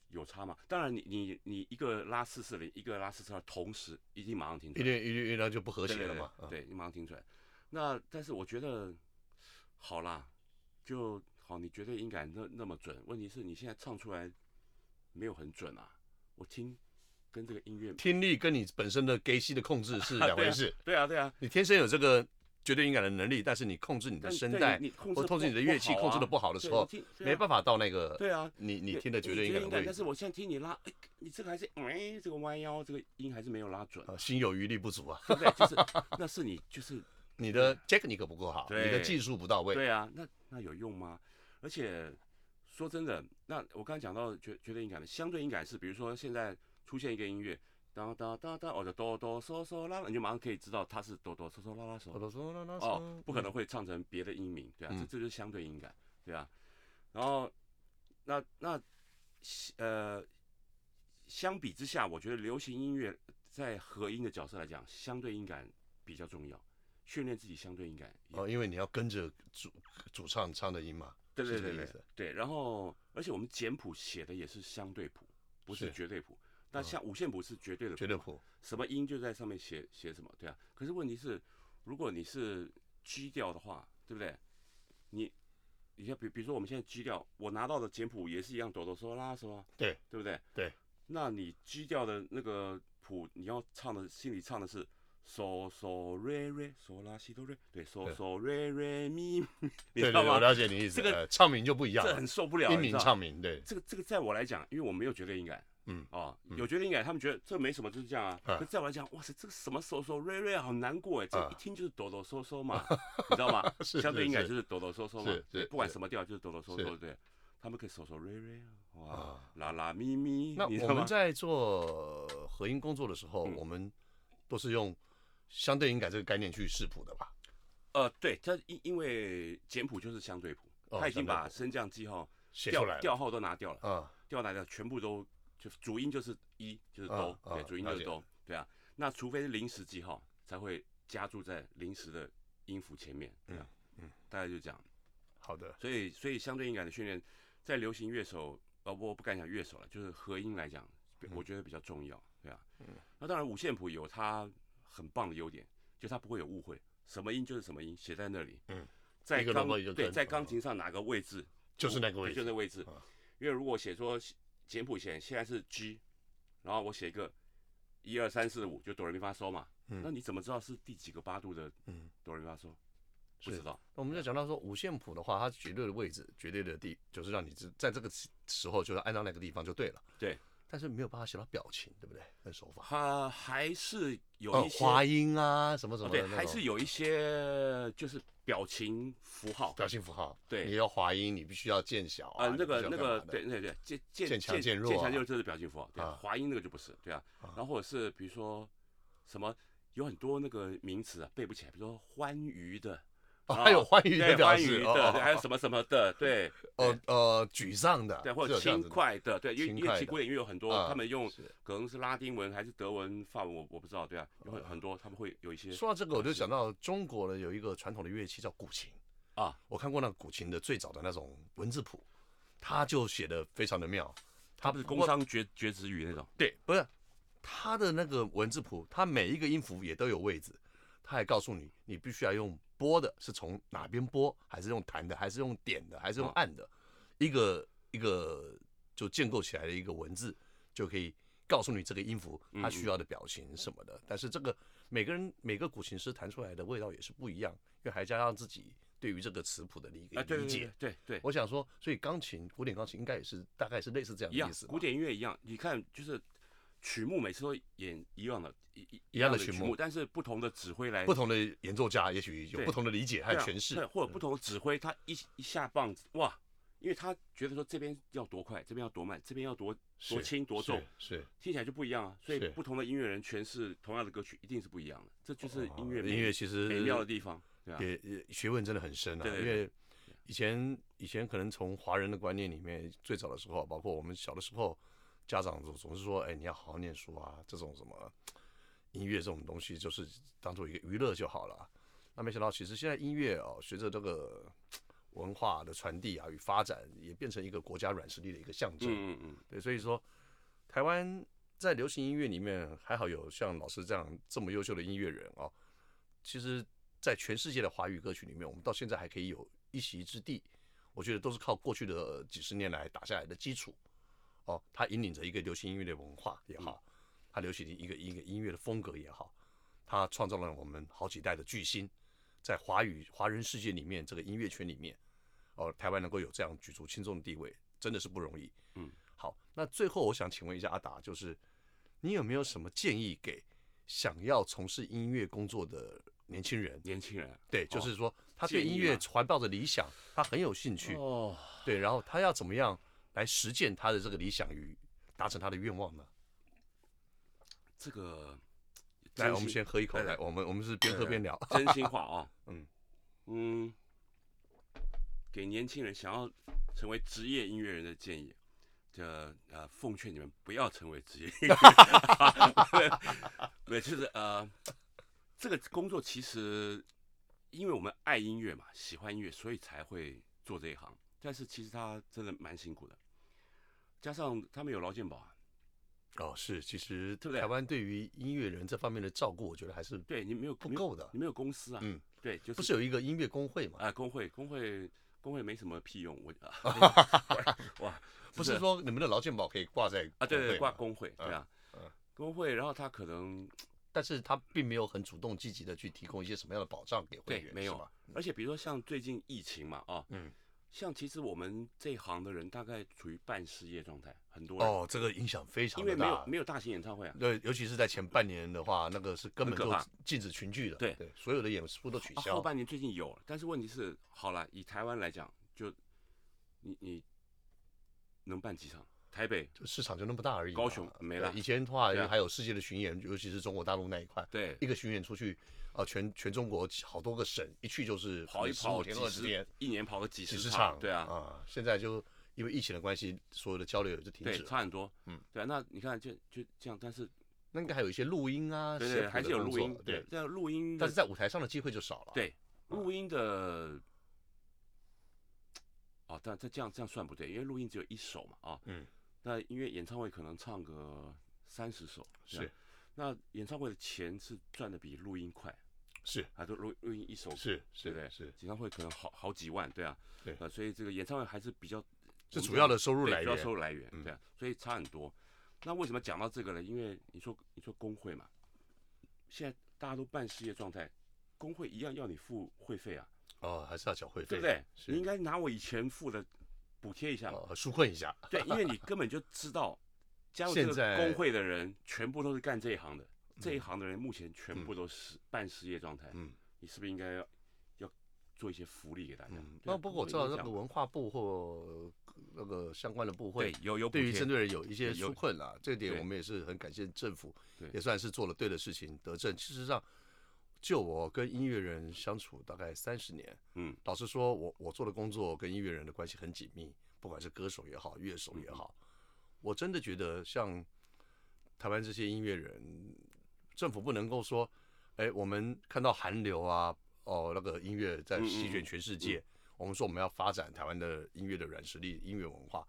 有差嘛，当然你你你一个拉四四零，一个拉四四二，同时一定马上听一出来。定一定一定就不和对谐对了对嘛？啊对，你马上听出来。那但是我觉得，好啦，就好，你绝对音感那那么准，问题是你现在唱出来没有很准啊。我听跟这个音 乐，听力跟你本身的 gay 息的控制是两 对回啊事。对啊对啊，你天生有这个绝对音感的能力，但是你控制你的但声对带你控或制控制不你的乐器控制的啊不好的时对候，听没办法。法到那个对啊，你你对听的绝对音你感的位但是置，我现在听你拉，哎，你这个还是哎， 呃这个弯腰这个音还是没有拉准， 啊，心有余力不足啊。对不对？就是那是你就是你的 technique 不够好，对你的技术不到位，对啊，那那有用吗？而且说真的，那我刚才讲到绝绝对音感的相对音感是，比如说现在出现一个音乐，哒哒哒哒，哦就哆哆嗦嗦啦啦，你就马上可以知道它是哆哆嗦嗦啦啦嗦。哦，不可能会唱成别的音名，对啊，这嗯这就是相对音感，对啊。然后，那那西呃，相比之下，我觉得流行音乐在合音的角色来讲，相对音感比较重要，训练自己相对音感。哦，因为你要跟着主主唱唱的音嘛，对对是这对个意对思对。然后，而且我们简谱写的也是相对谱，不是是嗯绝对谱。那像五线谱是绝对的谱绝对谱，什么音就在上面写写什么，对啊。可是问题是，如果你是 G 调的话，对不对？你，你像比比如说我们现在 G 调，我拿到的简谱也是一样哆哆嗦啦嗦啊，对对不对？对。那你 G 调的那个谱，你要唱的，心里唱的是嗦嗦瑞瑞嗦啦西哆瑞，对，嗦对嗦瑞瑞咪， 你对知对，道我吗？了解你意思，这个呃唱名就不一样这了很，受不了，音你知名道唱名，对，这个这个在我来讲，因为我没有绝对音感，嗯哦，嗯有绝对音感，他们觉得这没什么，就是这样啊。啊可在我来讲，哇塞，这个什么嗦嗦瑞瑞啊，好难过哎，这啊一听就是哆哆嗦嗦嘛，你知道吗？ 是相对是音感是就是哆哆嗦嗦嘛是，是不管是什么调就是哆哆嗦嗦，是对不对，他们可以嗦嗦瑞瑞啊，哇，啊。啦啦咪咪，那你知我道们吗？在做合音工作的时候，嗯我们都是用相对音感这个概念去视谱的吧？呃，对，它因因为简谱就是相对谱，哦他已经相对把谱升降记号、写出调来了调号都拿掉了。啊，调哪调全部都就主音就是一就是啊哆，啊对，主音就了是解哆，对啊。那除非是临时记号才会加注在临时的音符前面，对啊，嗯嗯大概就这样。好的，所以所以相对音感的训练，在流行乐手呃，我不敢讲乐手了，就是合音来讲，嗯我觉得比较重要，对啊。那当然五线谱有它很棒的优点，就它不会有误会，什么音就是什么音，写在那里。嗯。在一个钢萝卜一个对，坑在嗯钢琴上哪个位置就是那个位对就置那位置啊。因为如果写说简谱写现在是 G，然后我写一个一二三四五，就哆来咪发嗦嘛，嗯那你怎么知道是第几个八度的嗯哆来咪发嗦？不是知道。那我们就讲到说五线谱的话，它绝对的位置、绝对的地，就是让你知在这个时时候就是按照那个地方就对了。对，但是没有办法写到表情，对不对？那手法，它还是有呃一，些、滑音啊，什么什哦么对，的那种，还是有一些就是表情符号。表情符号。对你要滑音，你必须要见小啊呃，，那个你必须要干那个，嘛的对对对，渐渐渐强渐弱渐啊强弱这是表情符号，对啊啊，滑音那个就不是，对啊。然后或者是比如说什么，有很多那个名词啊背不起来，比如说欢愉的，哦啊还有欢愉的对，表欢示，愉哦的，对还有哦什么什么的，对哦呃沮丧的，对，或是者有这样轻子的快的，对，因轻为因快为其实的古典乐有很多啊，他们用是可能是拉丁文还是德文、法文，我我不知道，对啊，有很很多他们会有一些说到这个，我就想到中国的有一个传统的乐器叫古琴啊。我看过那个古琴的最早的那种文字谱，它就写的非常的妙。它不是工商绝绝子语那种，对，不是它的那个文字谱，它每一个音符也都有位置，它还告诉你你必须要用拨的，是从哪边拨，还是用弹的，还是用点的，还是用哦按的，一个一个就建构起来的一个文字，就可以告诉你这个音符嗯它需要的表情什么的。但是这个每个人每个古琴师弹出来的味道也是不一样，因为还加上自己对于这个词谱的理啊，个对理对解对。对对，我想说，所以钢琴古典钢琴应该也是大概是类似这样一的样意思，吧。古典音乐一样。你看，就是曲目每次都演一样的，一一一样的曲曲目但是不同的指挥来不同的演奏家也许有对不同的理解和对啊诠释嗯对，或者不同的指挥，他一一下棒子，哇，因为他觉得说这边要多快，这边要多慢，这边要多嗯是多轻多重，是是听起来就不一样啊。所以是不同的音乐人诠释同样的歌曲，一定是不一样的。这就是音乐哦美音乐其实美妙的地方，对吧？啊也也学问真的很深啊，对对因为以前以前可能从华人的观念里面，最早的时候，包括我们小的时候，家长总总是说，哎，你要好好念书啊，这种什么音乐这种东西，就是当做一个娱乐就好了。那没想到，其实现在音乐哦，随着这个文化的传递啊与发展，也变成一个国家软实力的一个象征。嗯嗯嗯，对，所以说台湾在流行音乐里面还好有像老师这样这么优秀的音乐人哦。其实，在全世界的华语歌曲里面，我们到现在还可以有一席之地，我觉得都是靠过去的几十年来打下来的基础。哦，它引领着一个流行音乐的文化也好，它流行一个一个音乐的风格也好，它创造了我们好几代的巨星，在华语华人世界里面这个音乐圈里面，哦，台湾能够有这样举足轻重的地位，真的是不容易。嗯好，那最后我想请问一下阿达，就是你有没有什么建议给想要从事音乐工作的年轻人，年轻人啊对，就是说他对哦建议音乐嘛怀抱着理想，他很有兴趣，哦，对，然后他要怎么样来实践他的这个理想与达成他的愿望呢？这个来，真我们心先喝一口，来来，来我们我们是边喝边聊， 真心话啊，嗯嗯，给年轻人想要成为职业音乐人的建议，这呃，奉劝你们不要成为职业音 乐人，对，就是呃，这个工作其实因为我们爱音乐嘛，喜欢音乐，所以才会做这一行。但是其实他真的蛮辛苦的，加上他们有劳健保啊，哦，是，其实对不对台湾对于音乐人这方面的照顾，我觉得还是对你没有不没有够的你没有公司啊，嗯，对，就是不是有一个音乐工会嘛？啊，工会工会工会没什么屁用，我 啊哇，不是说你们的劳健保可以挂在啊，对工对会对，挂吗，工会，对啊嗯嗯，工会，然后他可能，但是他并没有很主动积极的去提供一些什么样的保障给会对员，没是有吗而且比如说像最近疫情嘛，啊，嗯，像其实我们这一行的人大概处于半失业状态，很多人，哦，嗯这个影响非常因为的没大有，没有大型演唱会啊，对，尤其是在前半年的话，那个是根本很可就怕禁止群聚的，对对，所有的演出都取啊消后。半年最近有，但是问题是，好了，以台湾来讲，就你你能办几场？台北就市场就那么大而已嘛。高雄没对了以前的话对啊还有世界的巡演，尤其是中国大陆那一块，对一个巡演出去，啊，全全中国好多个省，一去就是跑一跑天几二十天十，，一年跑个几几十场，对啊，啊，现在就因为疫情的关系，所有的交流也就停对，止了。差很多，嗯嗯，对啊，那你看就就这样，但是那应该还有一些录音啊，对写对，谱还的是有工录作音，对对，，但录音的但是在舞嗯台上的机会就少了。，对，录音的，哦，但这这样这样算不对，因为录音只有一首嘛，啊，嗯，那因为演唱会可能唱个三十首，这样是，那演唱会的钱是赚的比录音快，是啊，都录录音一首，是对不是对？是，演唱会可能好好几万，对啊，对呃，所以这个演唱会还是比较，是我们主这要样的收入对来主要源嗯收。入来源，对啊，所以差很多。那为什么讲到这个呢？因为你说你说工会嘛，现在大家都半失业状态，工会一样要你付会费啊，哦，还是要缴会费对的，不对？是你应该拿我以前付的补贴一下，哦，纾困一下。对，因为你根本就知道加入这现在个工会的人全部都是干这一行的，这一行的人目前全部都是半失业状态，嗯，你是不是应该要要做一些福利给大家？嗯，对那啊不过我工会知道应那该这个样文化部或那个相关的部会对，有有补对于贴，针对人有一些有纾困啦，这点对我们也是很感谢政府对，也算是做了对的事情得政。事实上，就我跟音乐人相处大概三十年，嗯，老实说，我我做的工作跟音乐人的关系很紧密，不管是歌手也好，乐手嗯也好，我真的觉得像台湾这些音乐人，政府不能够说，哎，我们看到韩流啊，哦，那个音乐在嗯嗯席卷嗯全世界，我们说我们要发展台湾的音乐的软实力、音乐文化，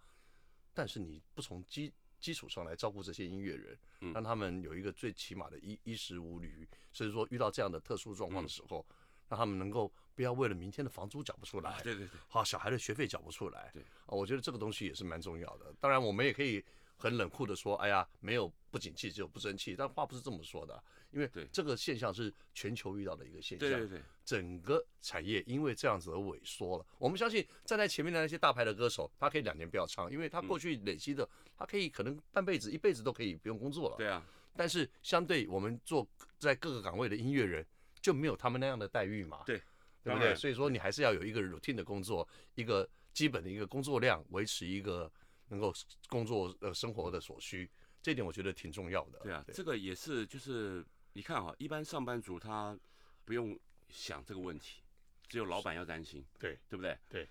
但是你不从基基础上来照顾这些音乐人，嗯让他们有一个最起码的衣衣食无虑，甚至说遇到这样的特殊状嗯况的时候，让他们能够不要为了明天的房租缴不出来啊，，对对对。好、小孩的学费缴不出来，对啊、我觉得这个东西也是蛮重要的。当然，我们也可以很冷酷的说，哎呀，没有不景气，只有不争气，但话不是这么说的，因为对这个现象是全球遇到的一个现象，对对对，整个产业因为这样子而萎缩了。我们相信站在前面的那些大牌的歌手，他可以两年不要唱，因为他嗯过去累积的，他可以可能半辈子、一辈子都可以不用工作了。对啊，但是相对我们做在各个岗位的音乐人，就没有他们那样的待遇嘛。对，对不当对？然所以说你还是要有一个 routine 的工作，一个基本的一个工作量，维持一个能够工作呃生活的所需，这点我觉得挺重要的。对啊，对这个也是，就是你看哈，一般上班族他不用想这个问题，只有老板要担心，对对不对？对。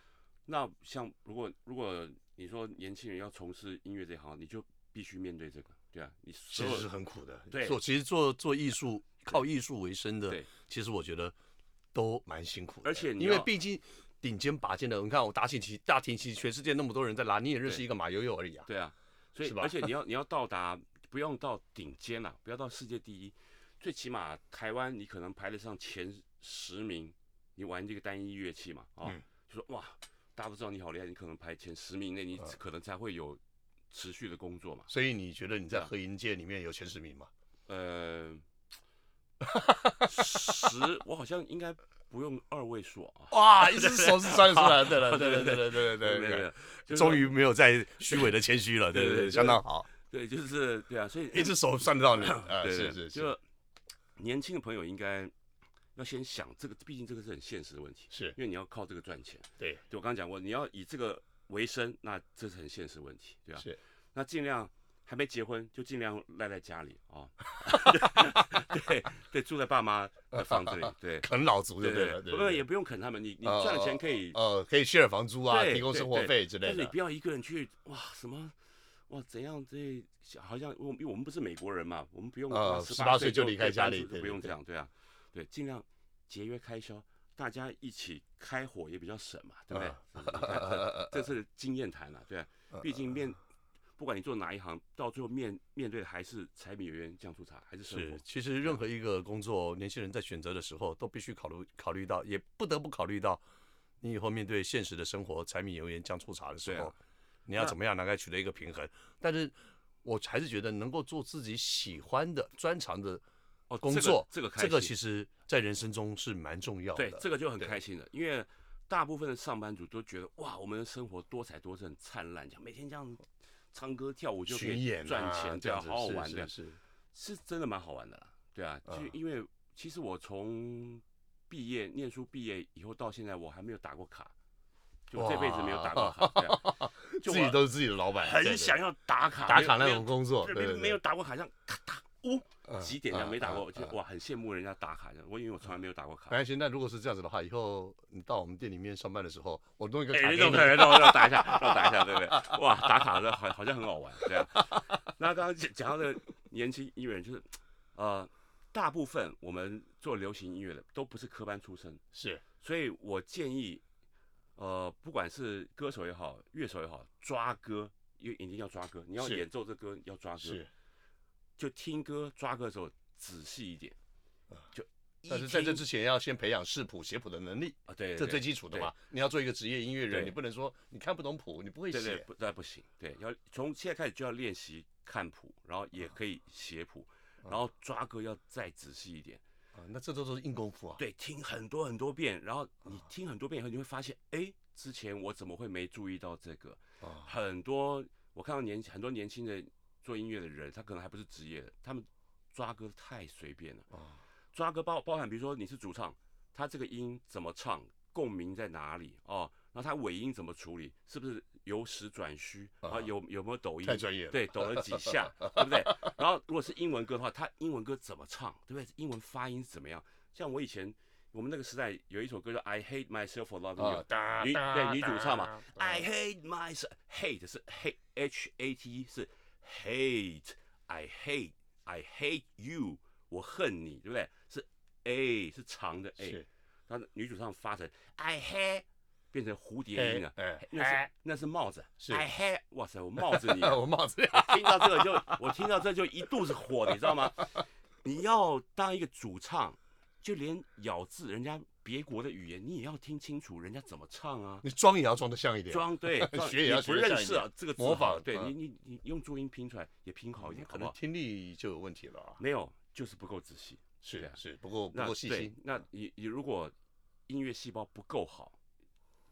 那像如果如果你说年轻人要从事音乐这行，你就必须面对这个，对啊，你其所实是有很苦的。对做其实做做艺术，靠艺术为生的对，其实我觉得都蛮辛苦的。而且你因为要毕竟顶尖拔尖的，你看我打挺旗大挺旗，全世界那么多人在拉，你也认识对一个马友友而已啊。对啊，所以是吧而且你要你要到达，不用到顶尖了，不要到世界第一，最起码台湾你可能排得上前十名，你玩这个单一乐器嘛，啊，嗯就说哇，大家都知道你好厉害，你可能排前十名以内，呃你可能才会有持续的工作嘛，所以你觉得你在对啊合音界里面有前十名吗？ 呃，十，我好像应该不用二位数啊， 哇，一只手是算得出来的了， 对对对对对哦对没有没有对就是终于没有再虚伪的谦虚了，对对对对对，对相当好，对，就是对啊，所以 一只手算得到你，啊，对是对是是，就年轻的朋友应该要先想这个，毕竟这个是很现实的问题，是因为你要靠这个赚钱。对，对我刚刚讲过，你要以这个为生，那这是很现实的问题，对吧、是那尽量还没结婚就尽量赖在家里 啊、对对，住在爸妈的房子里，对。啃老族 就对了，不对不对也不用啃他们，你你呃赚的钱可以呃可以 share 房租啊，对提供对生活对费之但类是你的不，要一个人去哇什么哇怎样这好像我们因为我们不是美国人嘛，我们不用呃18 18岁就离开对家搬里出去对不用对这样对啊，对，尽量节约开销，大家一起开火也比较省嘛，对不对啊？嗯你看这这是经验谈了，对啊，嗯毕竟面不管你做哪一行，到最后面面对的还是柴米油盐酱醋茶，还是生活是，。其实任何一个工作，年轻人在选择的时候都必须考虑考虑到，也不得不考虑到，你以后面对现实的生活，柴米油盐酱醋茶的时对候，啊你要那怎么样大概取得一个平衡？但是我还是觉得能够做自己喜欢的专长的哦工这个作，这个开这个心其实在人生中是蛮重要的。对，这个就很对开心了，因为大部分的上班族都觉得哇，我们的生活多彩多姿、很灿烂，讲每天这样唱歌跳舞就可巡以演啊赚钱，这对啊，样子好好是玩，对啊是，是，是真的蛮好玩的啦，对啊，就嗯是因为其实我从毕业念书毕业以后到现在，我还没有打过卡，就我这辈子没有打过卡，对啊就自己我都是自己的老板，对很对想要打卡，打没有卡那没有种工作，对对对没没有打过卡，像咔嗒，呜，对几点这样没打过，我嗯嗯就。嗯嗯嗯哇，很羡慕人家打卡的，我因为我从来没有打过卡没。关系，那如果是这样子的话，以后你到我们店里面上班的时候，我弄一个哎、卡那给种你。可能让我让我 打一下，让我打一下，对不对？哇，打卡的好好像很好玩，对啊。那刚刚讲讲到这个年轻音乐人，就是呃，大部分我们做流行音乐的都不是科班出身，是所以我建议，呃，不管是歌手也好，乐手也好，抓歌，因为一定要抓歌，你要是演奏这歌要抓歌，是，就听歌抓歌的时候仔细一点，就一但是在这听之前要先培养视谱、写谱的能力，啊，对，这对最基础的嘛。你要做一个职业音乐人，对你不能说你看不懂谱，你不会对对，写。不那不行，对，要从现在开始就要练习看谱，然后也可以写谱，然后抓歌要再仔细一点，啊，那这都是硬功夫啊。对，听很多很多遍，然后你听很多遍以后，你会发现，哎，之前我怎么会没注意到这个？啊，很多我看到年很多年轻的做音乐的人，他可能还不是职业的，他们抓歌太随便了，啊抓歌包包含比如说你是主唱，他这个音怎么唱，共鸣在哪里哦，然后他尾音怎么处理，是不是由实转虚，然后有有没有抖音啊太，专业了。对，抖了几下，对不对？然后如果是英文歌的话，它英文歌怎么唱，对不对？英文发音怎么样？像我以前我们那个时代有一首歌叫《I Hate Myself for Loving 啊，》，You 哎哒女哒对女主唱嘛哎哒，I hate myself hate 是 hate H A T E 是 hate I hate I hate you 我恨你，对不对？是 A 是长的 A，是那女主唱发成 I hate 变成蝴蝶音哎了，哎那是那是帽子是，I hate 哇塞，我帽子 你哎，我帽子我听到这个就，我听到这就一肚子火，你知道吗？你要当一个主唱，就连咬字，人家别国的语言，你也要听清楚人家怎么唱啊。你装也要装得像一点。，装对 学也要你不学得像认一识点啊，这个字模好了仿对嗯你你你用注音拼出来也拼好一点，好可不能好？听力就有问题了啊。没有，就是不够仔细。对是啊是，不够不那够细对心。那你你如果音乐细胞不够好，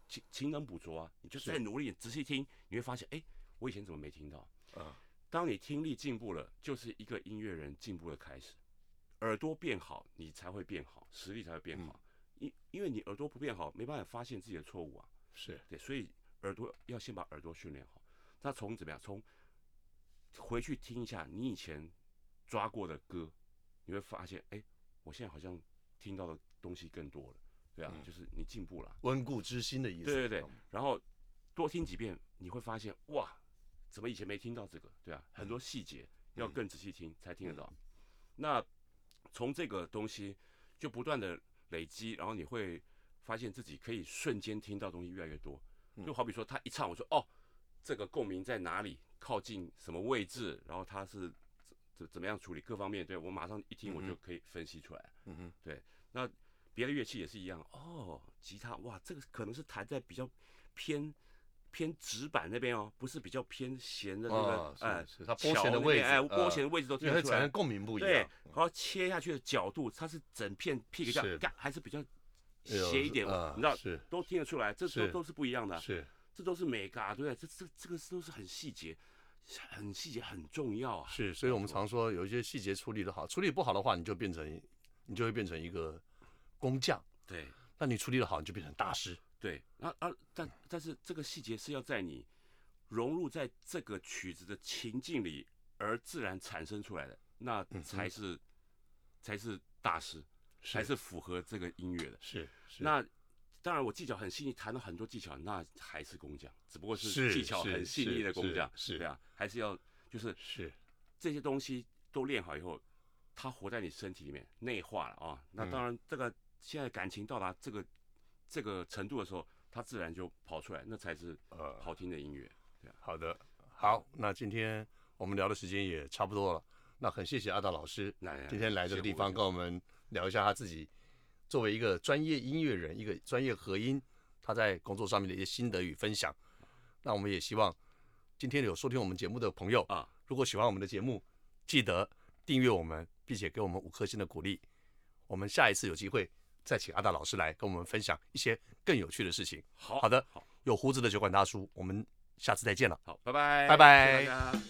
勤勤能补拙啊，你就是再努力仔细听，你会发现，哎，我以前怎么没听到？啊当你听力进步了，就是一个音乐人进步的开始。耳朵变好，你才会变好，实力才会变嗯好。因、因为你耳朵不变好，没办法发现自己的错误啊。是对，所以耳朵要先把耳朵训练好。那从怎么样？从回去听一下你以前抓过的歌，你会发现，哎、我现在好像听到的东西更多了。对啊，就是你进步了。温故知新的意思。对对对，然后多听几遍，你会发现哇，怎么以前没听到这个？对啊，很多细节要更仔细听才听得到。那从这个东西就不断的累积，然后你会发现自己可以瞬间听到东西越来越多。就好比说他一唱，我说哦，这个共鸣在哪里，靠近什么位置，然后他是怎怎么样处理各方面，对我马上一听我就可以分析出来。嗯哼，对，那别的乐器也是一样哦。吉他哇，这个可能是弹在比较偏偏直板那边哦，不是比较偏弦的那啊个，是哎、是它拨弦的桥那位置边哎，呃拨弦的位置都因听为得它出产生来。共鸣不一样。对，然后切下去的角度，它是整片 pick 这是样，嘎还是比较哎呦斜一点，啊你知道，是都听得出来，这都是都是不一样的啊，是这都是美嘎，对不对？这这这个都是很细节，很细节很重要啊。是，所以我们常说有一些细节处理的好，处理不好的话，你就变成你就会变成一个工匠，对那你处理的好，你就变成大师。对，那啊，但但是这个细节是要在你融入在这个曲子的情境里而自然产生出来的，那嗯哼才是、才是大师，才是符合这个音乐的。是是，那当然，我技巧很细腻，弹了很多技巧，那还是工匠，只不过是是技巧是很细腻的工匠，是是对啊，还是要就是是这些东西都练好以后，它活在你身体里面内化了啊。那嗯当然，这个现在感情到达这个这个程度的时候，它自然就跑出来，那才是呃好听的音乐。好的，好，那今天我们聊的时间也差不多了，那很谢谢阿道老师那今天来这个地方谢谢跟我们聊一下他自己作为一个专业音乐人、一个专业和音，他在工作上面的一些心得与分享。那我们也希望今天有收听我们节目的朋友啊，如果喜欢我们的节目，记得订阅我们，并且给我们五颗星的鼓励。我们下一次有机会再请阿大老师来跟我们分享一些更有趣的事情。好好的好，有胡子的酒馆大叔，我们下次再见了。好，拜拜，拜拜谢谢大家。